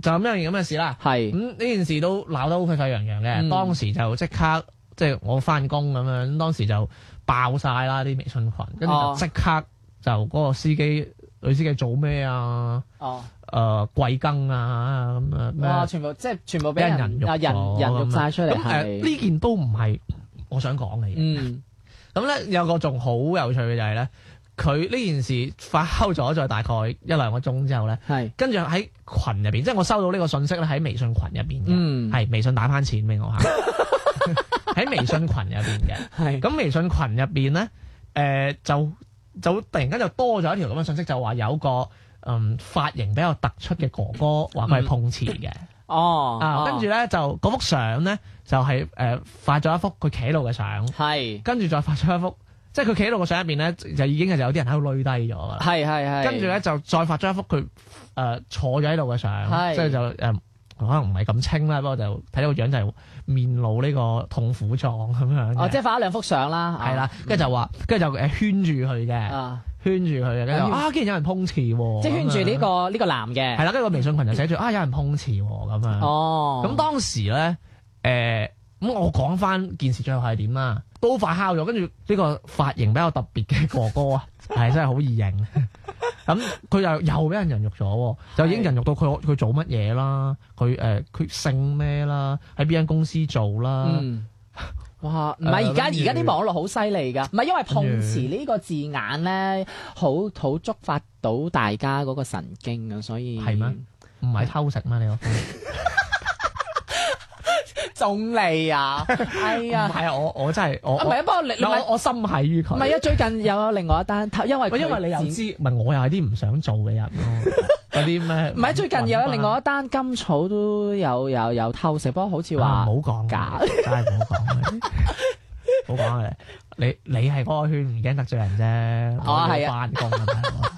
就咁樣件咁嘅事啦。咁
係，
呢件事都鬧得好沸沸揚揚嘅，
嗯
當時就即刻即係我翻工咁樣，當時就爆晒啦啲微信群，跟住就
哦
即刻就嗰個司機女司機做咩啊？
哦，
誒、貴庚啊咁啊咩？
哇，全部即係全部俾
俾
人
人人肉
啊人
咗
人肉
咁
晒出嚟，
咁誒
係，
呢件都唔係我想講嘅嘢。
嗯，
咁咧有個仲好有趣嘅就係咧，佢呢件事發酵咗再大概一兩個鐘之後咧，
係，
跟住喺群入邊，即係我收到呢個信息咧喺微信群入邊嘅，
嗯，
係、微信打翻錢俾我嚇， 喺微信群入邊嘅。
係，
咁微信群入邊咧，誒、就就突然間就多咗一條咁嘅信息，就話有個。嗯，髮型比較突出嘅哥哥話佢係碰瓷嘅，
哦，
啊，跟住咧就嗰幅相咧就係、誒、發咗一幅佢企喺度嘅相，
係，
跟住再發出一幅，即係佢企喺度個相入邊咧，就已經係有啲人喺度攣低咗噶啦。
係係係，
跟住咧就再發出一幅佢誒、呃坐咗喺度嘅相，
係
即係就誒、呃可能唔係咁清啦，不過就睇到個樣就係面露呢個痛苦狀咁樣嘅。
哦，即係發咗兩幅相啦，啊
係啦，跟住就話，跟住就誒圈住佢嘅，
啊，
圈住佢嘅，跟住
咁
話啊，竟然有人碰瓷喎！
即係圈住呢
咁樣。啊
個呢個男嘅，
係啦，跟住個微信群就寫住啊，有人碰瓷喎咁樣。
哦，
咁當時咧，誒、咁我講翻件事最後係點啊啦，都發酵咗，跟住呢個髮型比較特別嘅哥哥 啊，係真係好易認。咁佢又又俾人人肉咗喎，就已經人肉到佢佢做乜嘢啦，佢誒佢姓咩啦，喺邊間公司做啦，
嗯，哇！唔係
誒
而家而
跟住
家啲網絡好犀利㗎，唔係因為碰瓷呢個字眼咧，好好觸發到大家嗰個神經啊，所以
係咩唔係偷食咩？你個
仲嚟 啊！哎
唔
呀，
係啊！我我真係我
啊唔係啊，不過你你
我
咪
我我心繫於佢，
唔係啊？最近又有另外一單，因為
喂，因為你又
佢
知，唔係我又係啲唔想做嘅人咯，嗰啲咩
唔係最近又有另外一單金草都有有有偷食，不過好似話
啊唔好講
啊假
佢，真係唔好講佢， 唔好講佢。你你係嗰個圈唔驚得罪人啫，
哦
我
係
要
啊
翻 工啊。大佬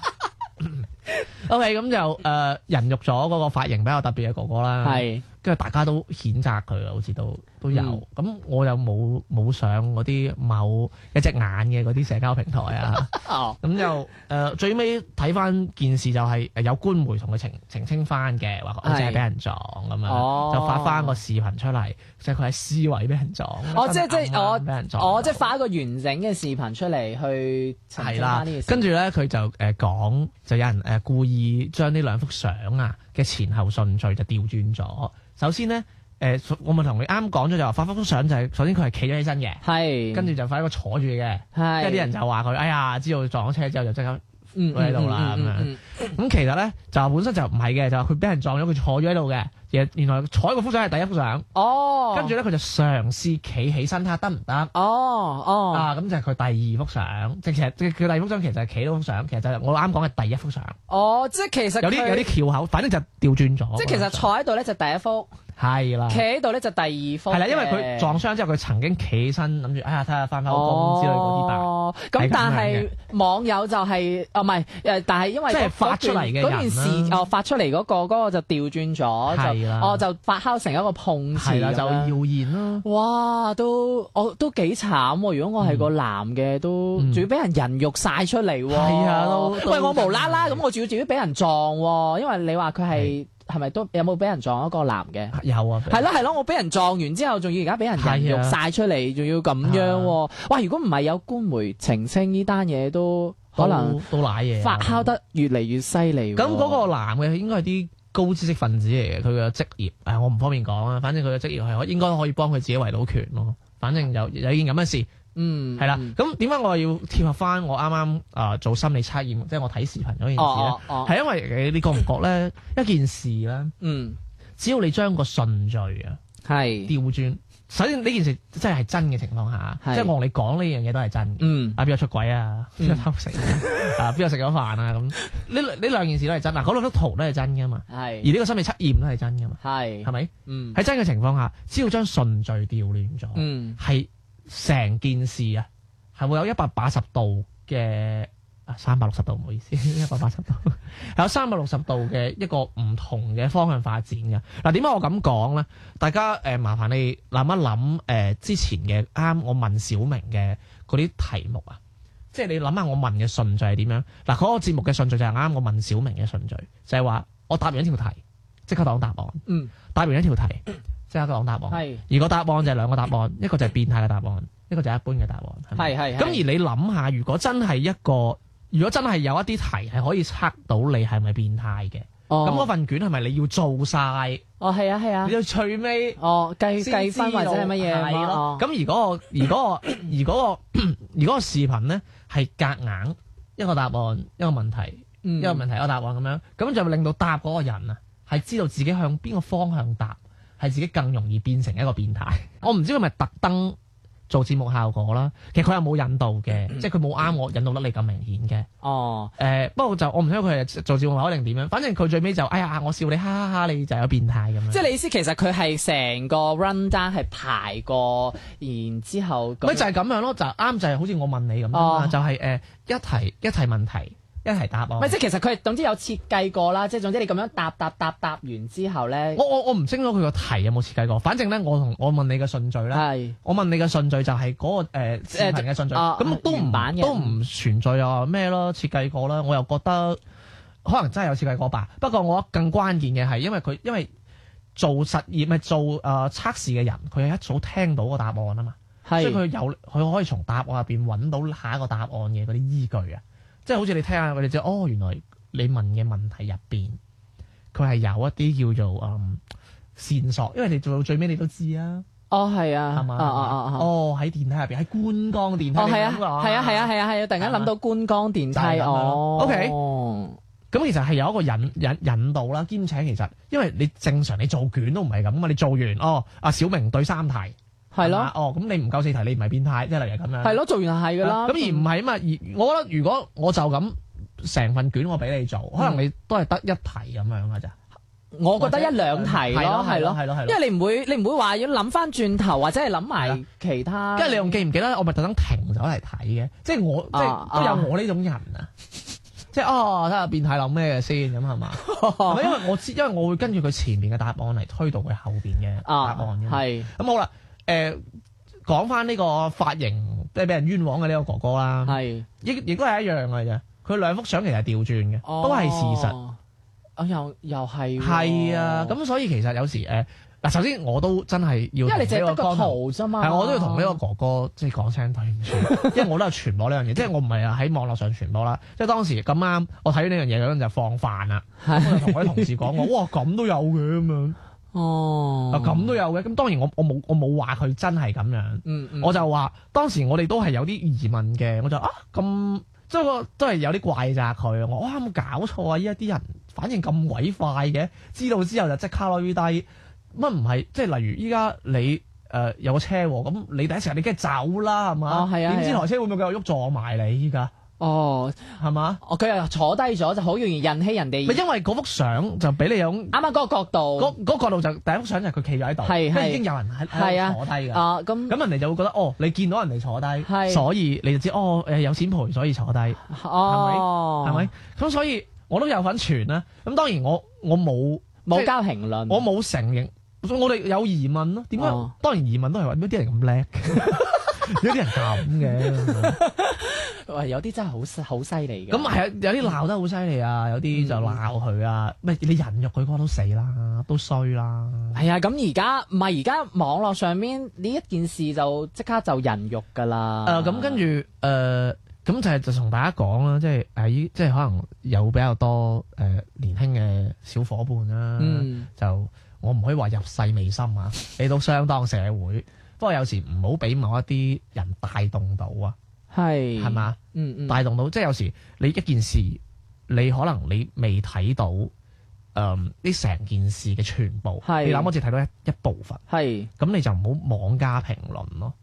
OK，咁就誒、呃人肉咗嗰個髮型比較特別嘅哥哥啦，
係嗯
跟住大家都譴責佢啊，好似都都有。咁、我又冇冇上嗰啲某一隻眼嘅嗰啲社交平台啊，
哦
咁就 誒、呃最尾睇翻件事就係呃有官媒同佢澄澄清翻嘅，話佢
係
只係俾人撞咁樣。
哦，
就發翻個視頻出嚟，即係佢喺思維俾人撞。
哦即係即係
真係啱啱俾人撞到。
哦我即係發一個完整嘅視頻出嚟去澄
係
清
啦
翻呢件，事
跟住咧佢就誒講，就有人誒故意將呢兩幅相啊嘅前後順序就調轉咗。首先咧，誒、我咪同你啱講咗就話發幅相就係、首先佢係企咗起身嘅，
係
跟住就發一個坐住嘅，
係
跟住啲人就話佢哎呀，知道撞咗車之後就即刻
嗯
喺度啦
嗯嗯
咁樣
嗯嗯
咁其實咧就本身就唔係嘅，就話佢俾人撞咗，佢坐咗喺度嘅，而原來坐嗰幅相係第一幅相，
哦，
跟住咧佢就嘗試企起身睇下得唔得。
哦哦
啊，咁就係佢第二幅相，即係其實即係佢第二幅相其實係企嗰幅相，其實就係我啱講嘅第一幅相，
哦，即係其實
有啲
佢
有啲翹口，反正就調轉咗。
啊
即係其實坐喺度咧就第一幅，
係啦，
企喺度咧就第二封嘅。
係啦，因為佢撞傷之後，佢曾經企起身諗住，
啊
哎呀，睇下翻返工之類嗰啲吧。
哦，
係
咁
咁
但
樣
係網友就係、哦，唔係誒，但係因為
即係
嗰
發出嚟嘅人
嗰段
啦
時哦發出嚟嗰、個嗰、個就調轉咗，
係
就
啦
哦就發酵成一個碰瓷
係啦，
咁
就
樣
謠言啦。
哇，都我都幾慘喎！如果我係個男嘅，都
嗯
仲要俾人人肉晒出嚟喎。
係啊都都嗯
喂，我無啦啦咁，我仲要自己俾人撞喎，因為你話佢係係咪都有冇俾人撞一個男嘅？
有啊，
係咯係咯，我俾人撞完之後，仲要而家俾人人
係
肉
啊
晒出嚟，仲要咁樣喎。哇！如果唔係有官媒澄清呢單嘢，都可能
都賴嘢啊。
發酵得越嚟越犀利喎。
咁嗰個
個
男嘅應該係啲高知識分子嚟嘅，佢嘅職業，誒我唔方便講啊。反正佢嘅職業係可應該可以幫佢自己維到權咯。反正有有件咁嘅事
嗯
係啦
嗯。
咁點解我要貼合翻我啱啱啊做心理測驗，即係我睇視頻嗰件事咧？
哦哦哦，
係因為你覺唔覺咧一件事咧，
嗯
只要你將個順序啊
係
調轉，首先呢件事真係係真嘅情況下，
係
即係我同你講呢樣嘢都係真嘅。
嗯
啊邊個出軌啊，邊個 偷食啊啊，邊個食咗飯啊咁，呢兩呢兩件事都係真嗱，嗰兩張圖都係真噶嘛，而
係
呢個心理測驗都係真噶嘛，係
係
咪？
嗯
喺真嘅情況下，只要將順序調亂咗，
嗯。
係成件事啊，係會有一百八十度嘅啊三百六十度，唔好意思， 一百八十度係有三百六十度嘅一個唔同嘅方向發展嘅。嗱，點解我咁講咧？大家誒、呃麻煩你諗一諗誒、呃之前嘅啱我問小明嘅嗰啲題目啊。即係你諗下我問嘅順序係點樣？嗱，嗰個節目嘅順序就係啱我問小明嘅順序，就係話我答完一條題，即刻講答案。
嗯，
答完一條題，即刻講答案。
係
而個答案就係兩個答案，一個就係變態嘅答案，一個就係一般嘅答案。係咪
係係
咁而你諗下，如果真係一個，如果真係有一啲題係可以測到你係咪變態嘅，咁嗰
哦，
份卷係咪你要做晒？
哦係啊係啊
你，要最尾
哦計
先
計
知道
分或者係乜嘢哦
係咯
嘛？。
咁如果我如果我如果我如果個視頻咧係夾硬一個答案一個問題
因
一個問題一個答案咁樣，咁就令到答嗰個人啊係知道自己向邊個方向答，係自己更容易變成一個變態。我唔知佢係咪特登做節目效果啦，其實佢又冇引導嘅，即係佢冇啱我引導得你咁明顯嘅。
哦，
誒、不過就我唔知佢係做節目效果定點樣，反正佢最尾就哎呀我笑你哈哈哈，你就有變態咁樣。
即係你意思其實佢係成個 run down 係排過，然之後咁
咪就係咁樣咯，就啱就係好似我問你咁啫嘛，
哦
就係誒一題一題問題一題答案。
咪即係其實佢係總之有設計過啦，即係總之你咁樣答答答答完之後咧，
我我我唔清楚佢個題有冇設計過，反正咧我同我問你嘅順序咧，
係
我問你嘅順序就係嗰個呃誒視頻嘅順序，
啊
咁都唔
原版嘅
都唔存在啊咩咯設計過啦，我又覺得可能真係有設計過吧。不過我更關鍵嘅係因為佢因為做實驗咪做誒測試嘅人，佢係一早聽到個答案啊嘛。所以
係
佢有佢可以從答案入邊揾到下一個答案嘅嗰啲依據啊，即係好似你聽下佢哋知哦，原來你問嘅問題入邊，佢係有一啲叫做嗯線索，因為你做到最尾你都知啊，
哦係
係
啊，
嘛？
哦哦哦哦。
哦，喺電梯入邊，喺觀光電梯入
哦，
邊
係啊，
咁㗎
係啊，係啊，係啊，係啊！突然間諗到觀光電
就係咁
梯，
樣
哦
OK
哦
咁其實係有一個引引引導啦，兼且其實因為你正常你做卷都唔係咁啊，你做完哦，阿小明對三題，
係
嘛
咯，
哦，咁你唔夠四題，你唔係變態，即係例如咁樣。
係咯，做完係噶啦，
咁而唔係啊嘛，而我覺得如果我就咁成份卷我俾你做，可能你都係得一題咁樣㗎咋。
我覺得一兩題咯，係咯。
係咯係
因
咯。
為你唔會，你唔會話要諗翻轉頭，或者係諗
係
埋其他。
跟住你仲記唔記得我咪特登停咗嚟睇嘅，即係我即
啊
係都有我呢種人啊，即係哦睇下變態諗咩先咁 係嘛？係咪因為我知，因為我會跟住佢前面嘅答案嚟推導佢後邊嘅
啊
答案㗎，嘛
係
咁好啦，誒講翻呢個髮型即係俾人冤枉嘅呢個哥哥啦，
係，
亦亦都係一樣嘅啫。佢兩幅相其實係調轉嘅，都係事實。
哦。啊，又又係喎
係啊，咁所以其實有時誒嗱，首先我都真係要
因為你
同
淨係得
呢個
個
光頭，
圖啫嘛。
係我都要同呢個哥哥即係講聲對唔住，因為我都有傳播呢樣嘢，即係我唔係啊喺網絡上傳播啦，即係當時咁啱我睇完呢樣嘢嗰陣就放飯啦，我就同我啲同事講我哇咁都有嘅咁樣，
哦
啊，咁都有嘅，咁當然我我冇我冇話佢真係咁樣，
嗯嗯
我就話當時我哋都係有啲疑問嘅，我就啊咁。即係我都係有啲怪責佢，我哇有冇搞錯啊！依家啲人反應咁鬼快嘅，知道之後就即刻攞低，乜唔係？即係例如依家你誒、呃有個車禍，咁你第一時間你梗係走啦，係嘛？
哦係啊
點知
係啊
台車會唔會繼續喐撞埋你依家？
哦，
係嘛？
哦佢又坐低咗，就好容易引起人哋
咪因為嗰幅相就俾你有
啱啱嗰個角
嗰
度，
嗰角度就第一幅相就佢企咗喺度，
係
跟
係
住已經有人喺
係
喺
啊
度坐低㗎。
啊咁
咁人哋就會覺得哦，你見到人哋坐低，
係
所以你就知哦，誒有錢賠，所以坐低，係
哦，
咪？咁所以我都有份傳啦。咁當然我我冇
冇
即係
交評論，
我冇承認，我哋有疑問咯。點解
嗯哦？
當然疑問都係話點解啲人 咁叻，有啲人咁嘅。
喂有啲真係好犀好犀利嘅，
咁係啊有啲鬧得好犀利啊，有啲就
嗯
鬧佢啊，唔係你人肉佢嗰個都死啦，都衰啦。
係啊，咁而家唔係而家網絡上面呢一件事就即刻就人肉㗎啦。
誒呃咁跟住誒，呃咁就係就同大家講啦，即係喺即係可能有比較多誒年輕嘅小伙伴啦，
嗯
就我唔可以話入世未深啊，你都相當社會。不過有時唔好俾某一啲人帶動到啊，
係
係？嘛？
嗯嗯，
帶動到即係有時你一件事，你可能你未睇到誒呢成件事嘅全部，
係
你諗我只睇到一一部分。
係
咁你就唔好妄加評論咯。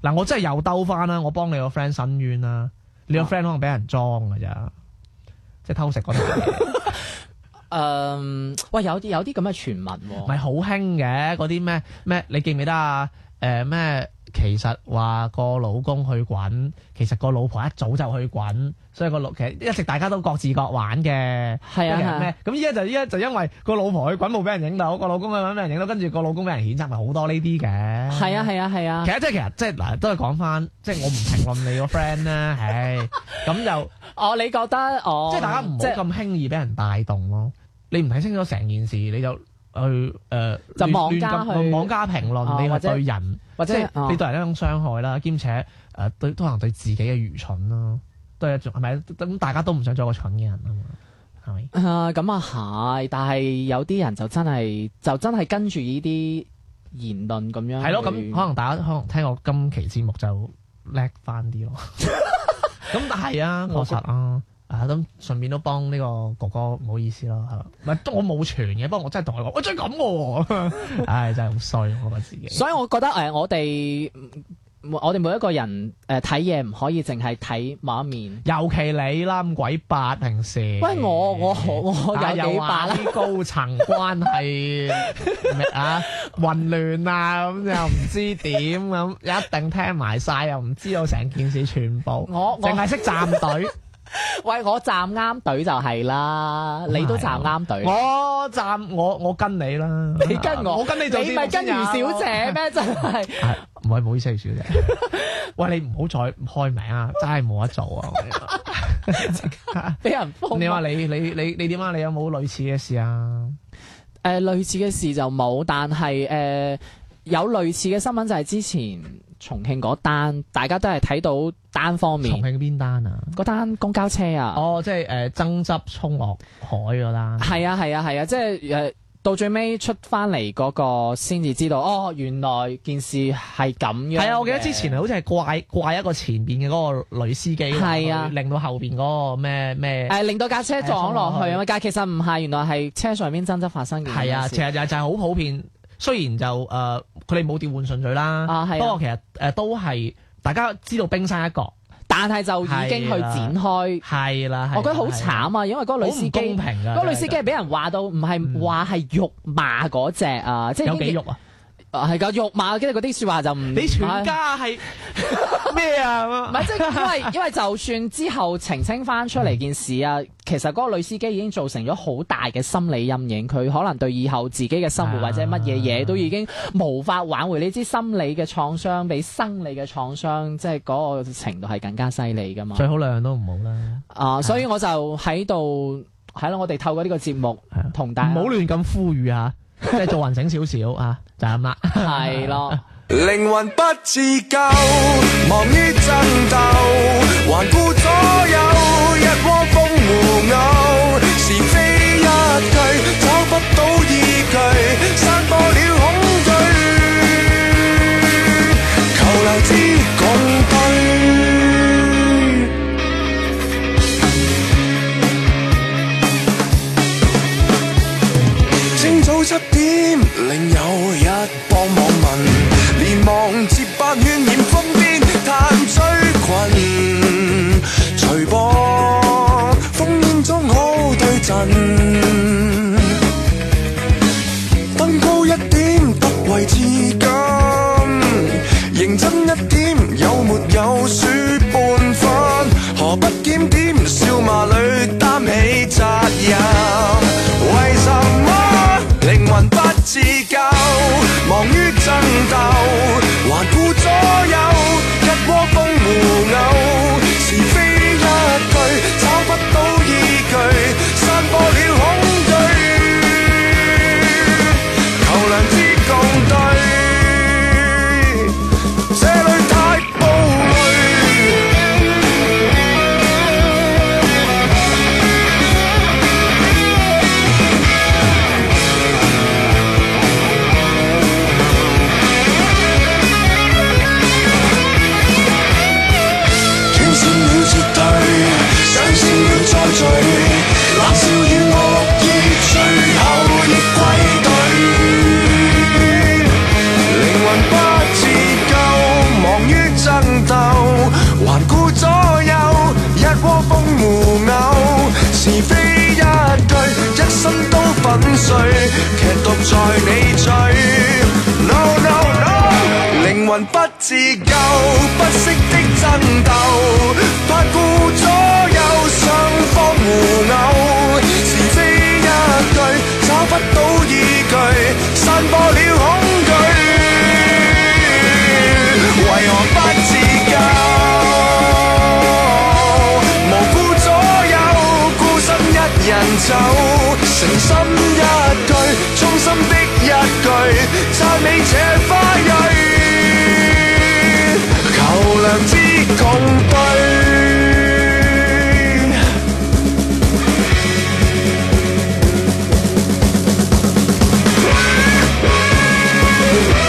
嗱，我真係又兜翻啦，我幫你個 friend 申冤啦，你個
啊
friend 可能俾人裝㗎咋，即係偷食 嗰啲，
誒，嗯喂有啲有啲咁嘅傳聞喎。
咪好興嘅嗰啲咩咩，你記唔記得啊？誒、咩？其實話個老公去滾，其實個老婆一早就去滾，所以個老其實一直大家都各自各玩嘅。
係啊
咩
係啊
咩？咁依家就依家就因為個老婆去滾冇俾人影到，個老公去滾俾人影到，跟住個老公俾人譴責，咪好多呢啲嘅。
係啊係啊係啊
其，實即係其實即係嗱，都係講翻，即係我唔評論你個 friend 啦， 唉，咁就
哦你覺得哦，
即係大家唔好
即係
咁輕易俾人帶動咯。你唔睇清楚成件事，你就去誒
就妄加
亂亂咁
去
妄加評
哦
論，你
或
係
者
對人，
或
即
者哦
係你對人一種傷害啦，兼且誒對都可能對自己嘅愚蠢咯，都係一種係咪？咁大家都唔想做個蠢嘅人啊嘛，係咪？
啊咁啊係，但係有啲人就真係就真係跟住呢啲言論咁樣去。
係咯，咁可能大家可能聽我今期節目就叻翻啲 咯。咁但係啊，確實啊，啊咁順便都幫呢個哥哥唔好意思啦，係啦，唔係我冇傳嘅，不過我真係同佢講，我真係咁喎， 唉真係好衰，我覺得自己。
所以我覺得誒、呃我哋嗯我哋每一個人誒睇嘢唔可以淨係睇某一面。
尤其你啦，咁鬼八平時。
喂我我我我有
啊又
幾
話
八啦
啲高層關係咩啊混亂啊，咁又唔知點咁，一定聽埋晒，又唔知道成件事全部。
我哦我
淨係識站 隊，
喂，我站啱隊就係啦，你都站啱隊。
啊我站我我跟你啦，
你跟我，
我跟你做
你咪
節
跟
目
余
先啊有
小姐？ 咩？真係
係唔係唔好意思，余小 姐，喂你唔好再開名啊，真係冇得做 啊！
俾人封。
你話
誒、
你你你你點啊？你有冇類似嘅事啊？
類似嘅事就冇，但係誒、呃有類似嘅新聞就係之前重慶嗰單，大家都係睇到單方
重
面
慶邊單啊？
嗰單公交車啊。
哦，即係誒爭執衝落海嗰單，
係啊係啊係啊，即係誒。到最尾出翻嚟嗰個先至知道，哦，原來件事係咁樣嘅。
係啊！我記得之前好似係怪怪一個前邊嘅嗰個女司機，
係啊
令到後邊嗰個咩咩
誒、令到架車撞落去啊嘛，但係其實唔係，原來係車上面爭執發生嘅。
係啊，其實就就係好普遍。雖然就誒，呃佢哋冇調換順序啦，
啊係啊
不過其實誒、呃都係大家知道冰山一角，
但係就已經去展開，
啊係啦，係啦
我覺得好，
係啦
慘啊，因為嗰個
好
女司機，
唔公平㗎。
嗰個女
真係嗯
司機係俾人話到唔係話係辱罵嗰只啊，即係
有
已經
幾肉啊？
啊係噶辱罵，跟住嗰啲説話就唔啊
你全 家係咩啊？
唔
咁樣
係即係因 為因為就算之後澄清翻出嚟件事啊，其實嗰個女司機已經造成咗好大嘅心理陰影，佢可能對以後自己嘅生活
啊
或者乜嘢嘢都已經無法挽回。呢啲心理嘅創傷比生理嘅創傷，即係嗰個程度係更加犀利噶嘛。
最好兩樣都唔好啦，
啊，所以我就喺度係咯，我哋透過呢個節目
係啊
同大
唔
家
好亂咁呼籲啊！即係做人醒少少啊，就係咁啦。
係咯。
靈魂不自救，忙於爭鬥，環顧左右，一窩蜂胡牛，是非一句，找不到依據，散播了恐懼，求留之共對。清早七點，另有一幫網民，連忙接班圈染瘋癲，嘆追群，隨波為至今。認真一點，有沒有輸半分？何不檢點，笑罵裏擔起責任？為什麼靈魂不自救，忙於爭鬥，環顧左右，一窩蜂胡謳，是非一句找不到依據，散播了恐懼。求良知共對，這裏太暴戾。斷線了絕對，上線了再聚，冷笑與惡意，最後亦歸隊。靈魂不自救，忙於爭鬥，環顧左右，一窩蜂胡謳，是非一句，一身都粉碎，劇毒在你嘴。No no no。靈魂不自救，不息的爭鬥，不顧左右，雙方互毆，是非一句，找不到依據，散播了恐懼。為何不自救？無辜左右，孤身一人走，誠心一句，衷心的一句，讚美這花蕊。求良知共對。
Hãy subscribe cho kênh Ghiền Mì Gõ Để không bỏ lỡ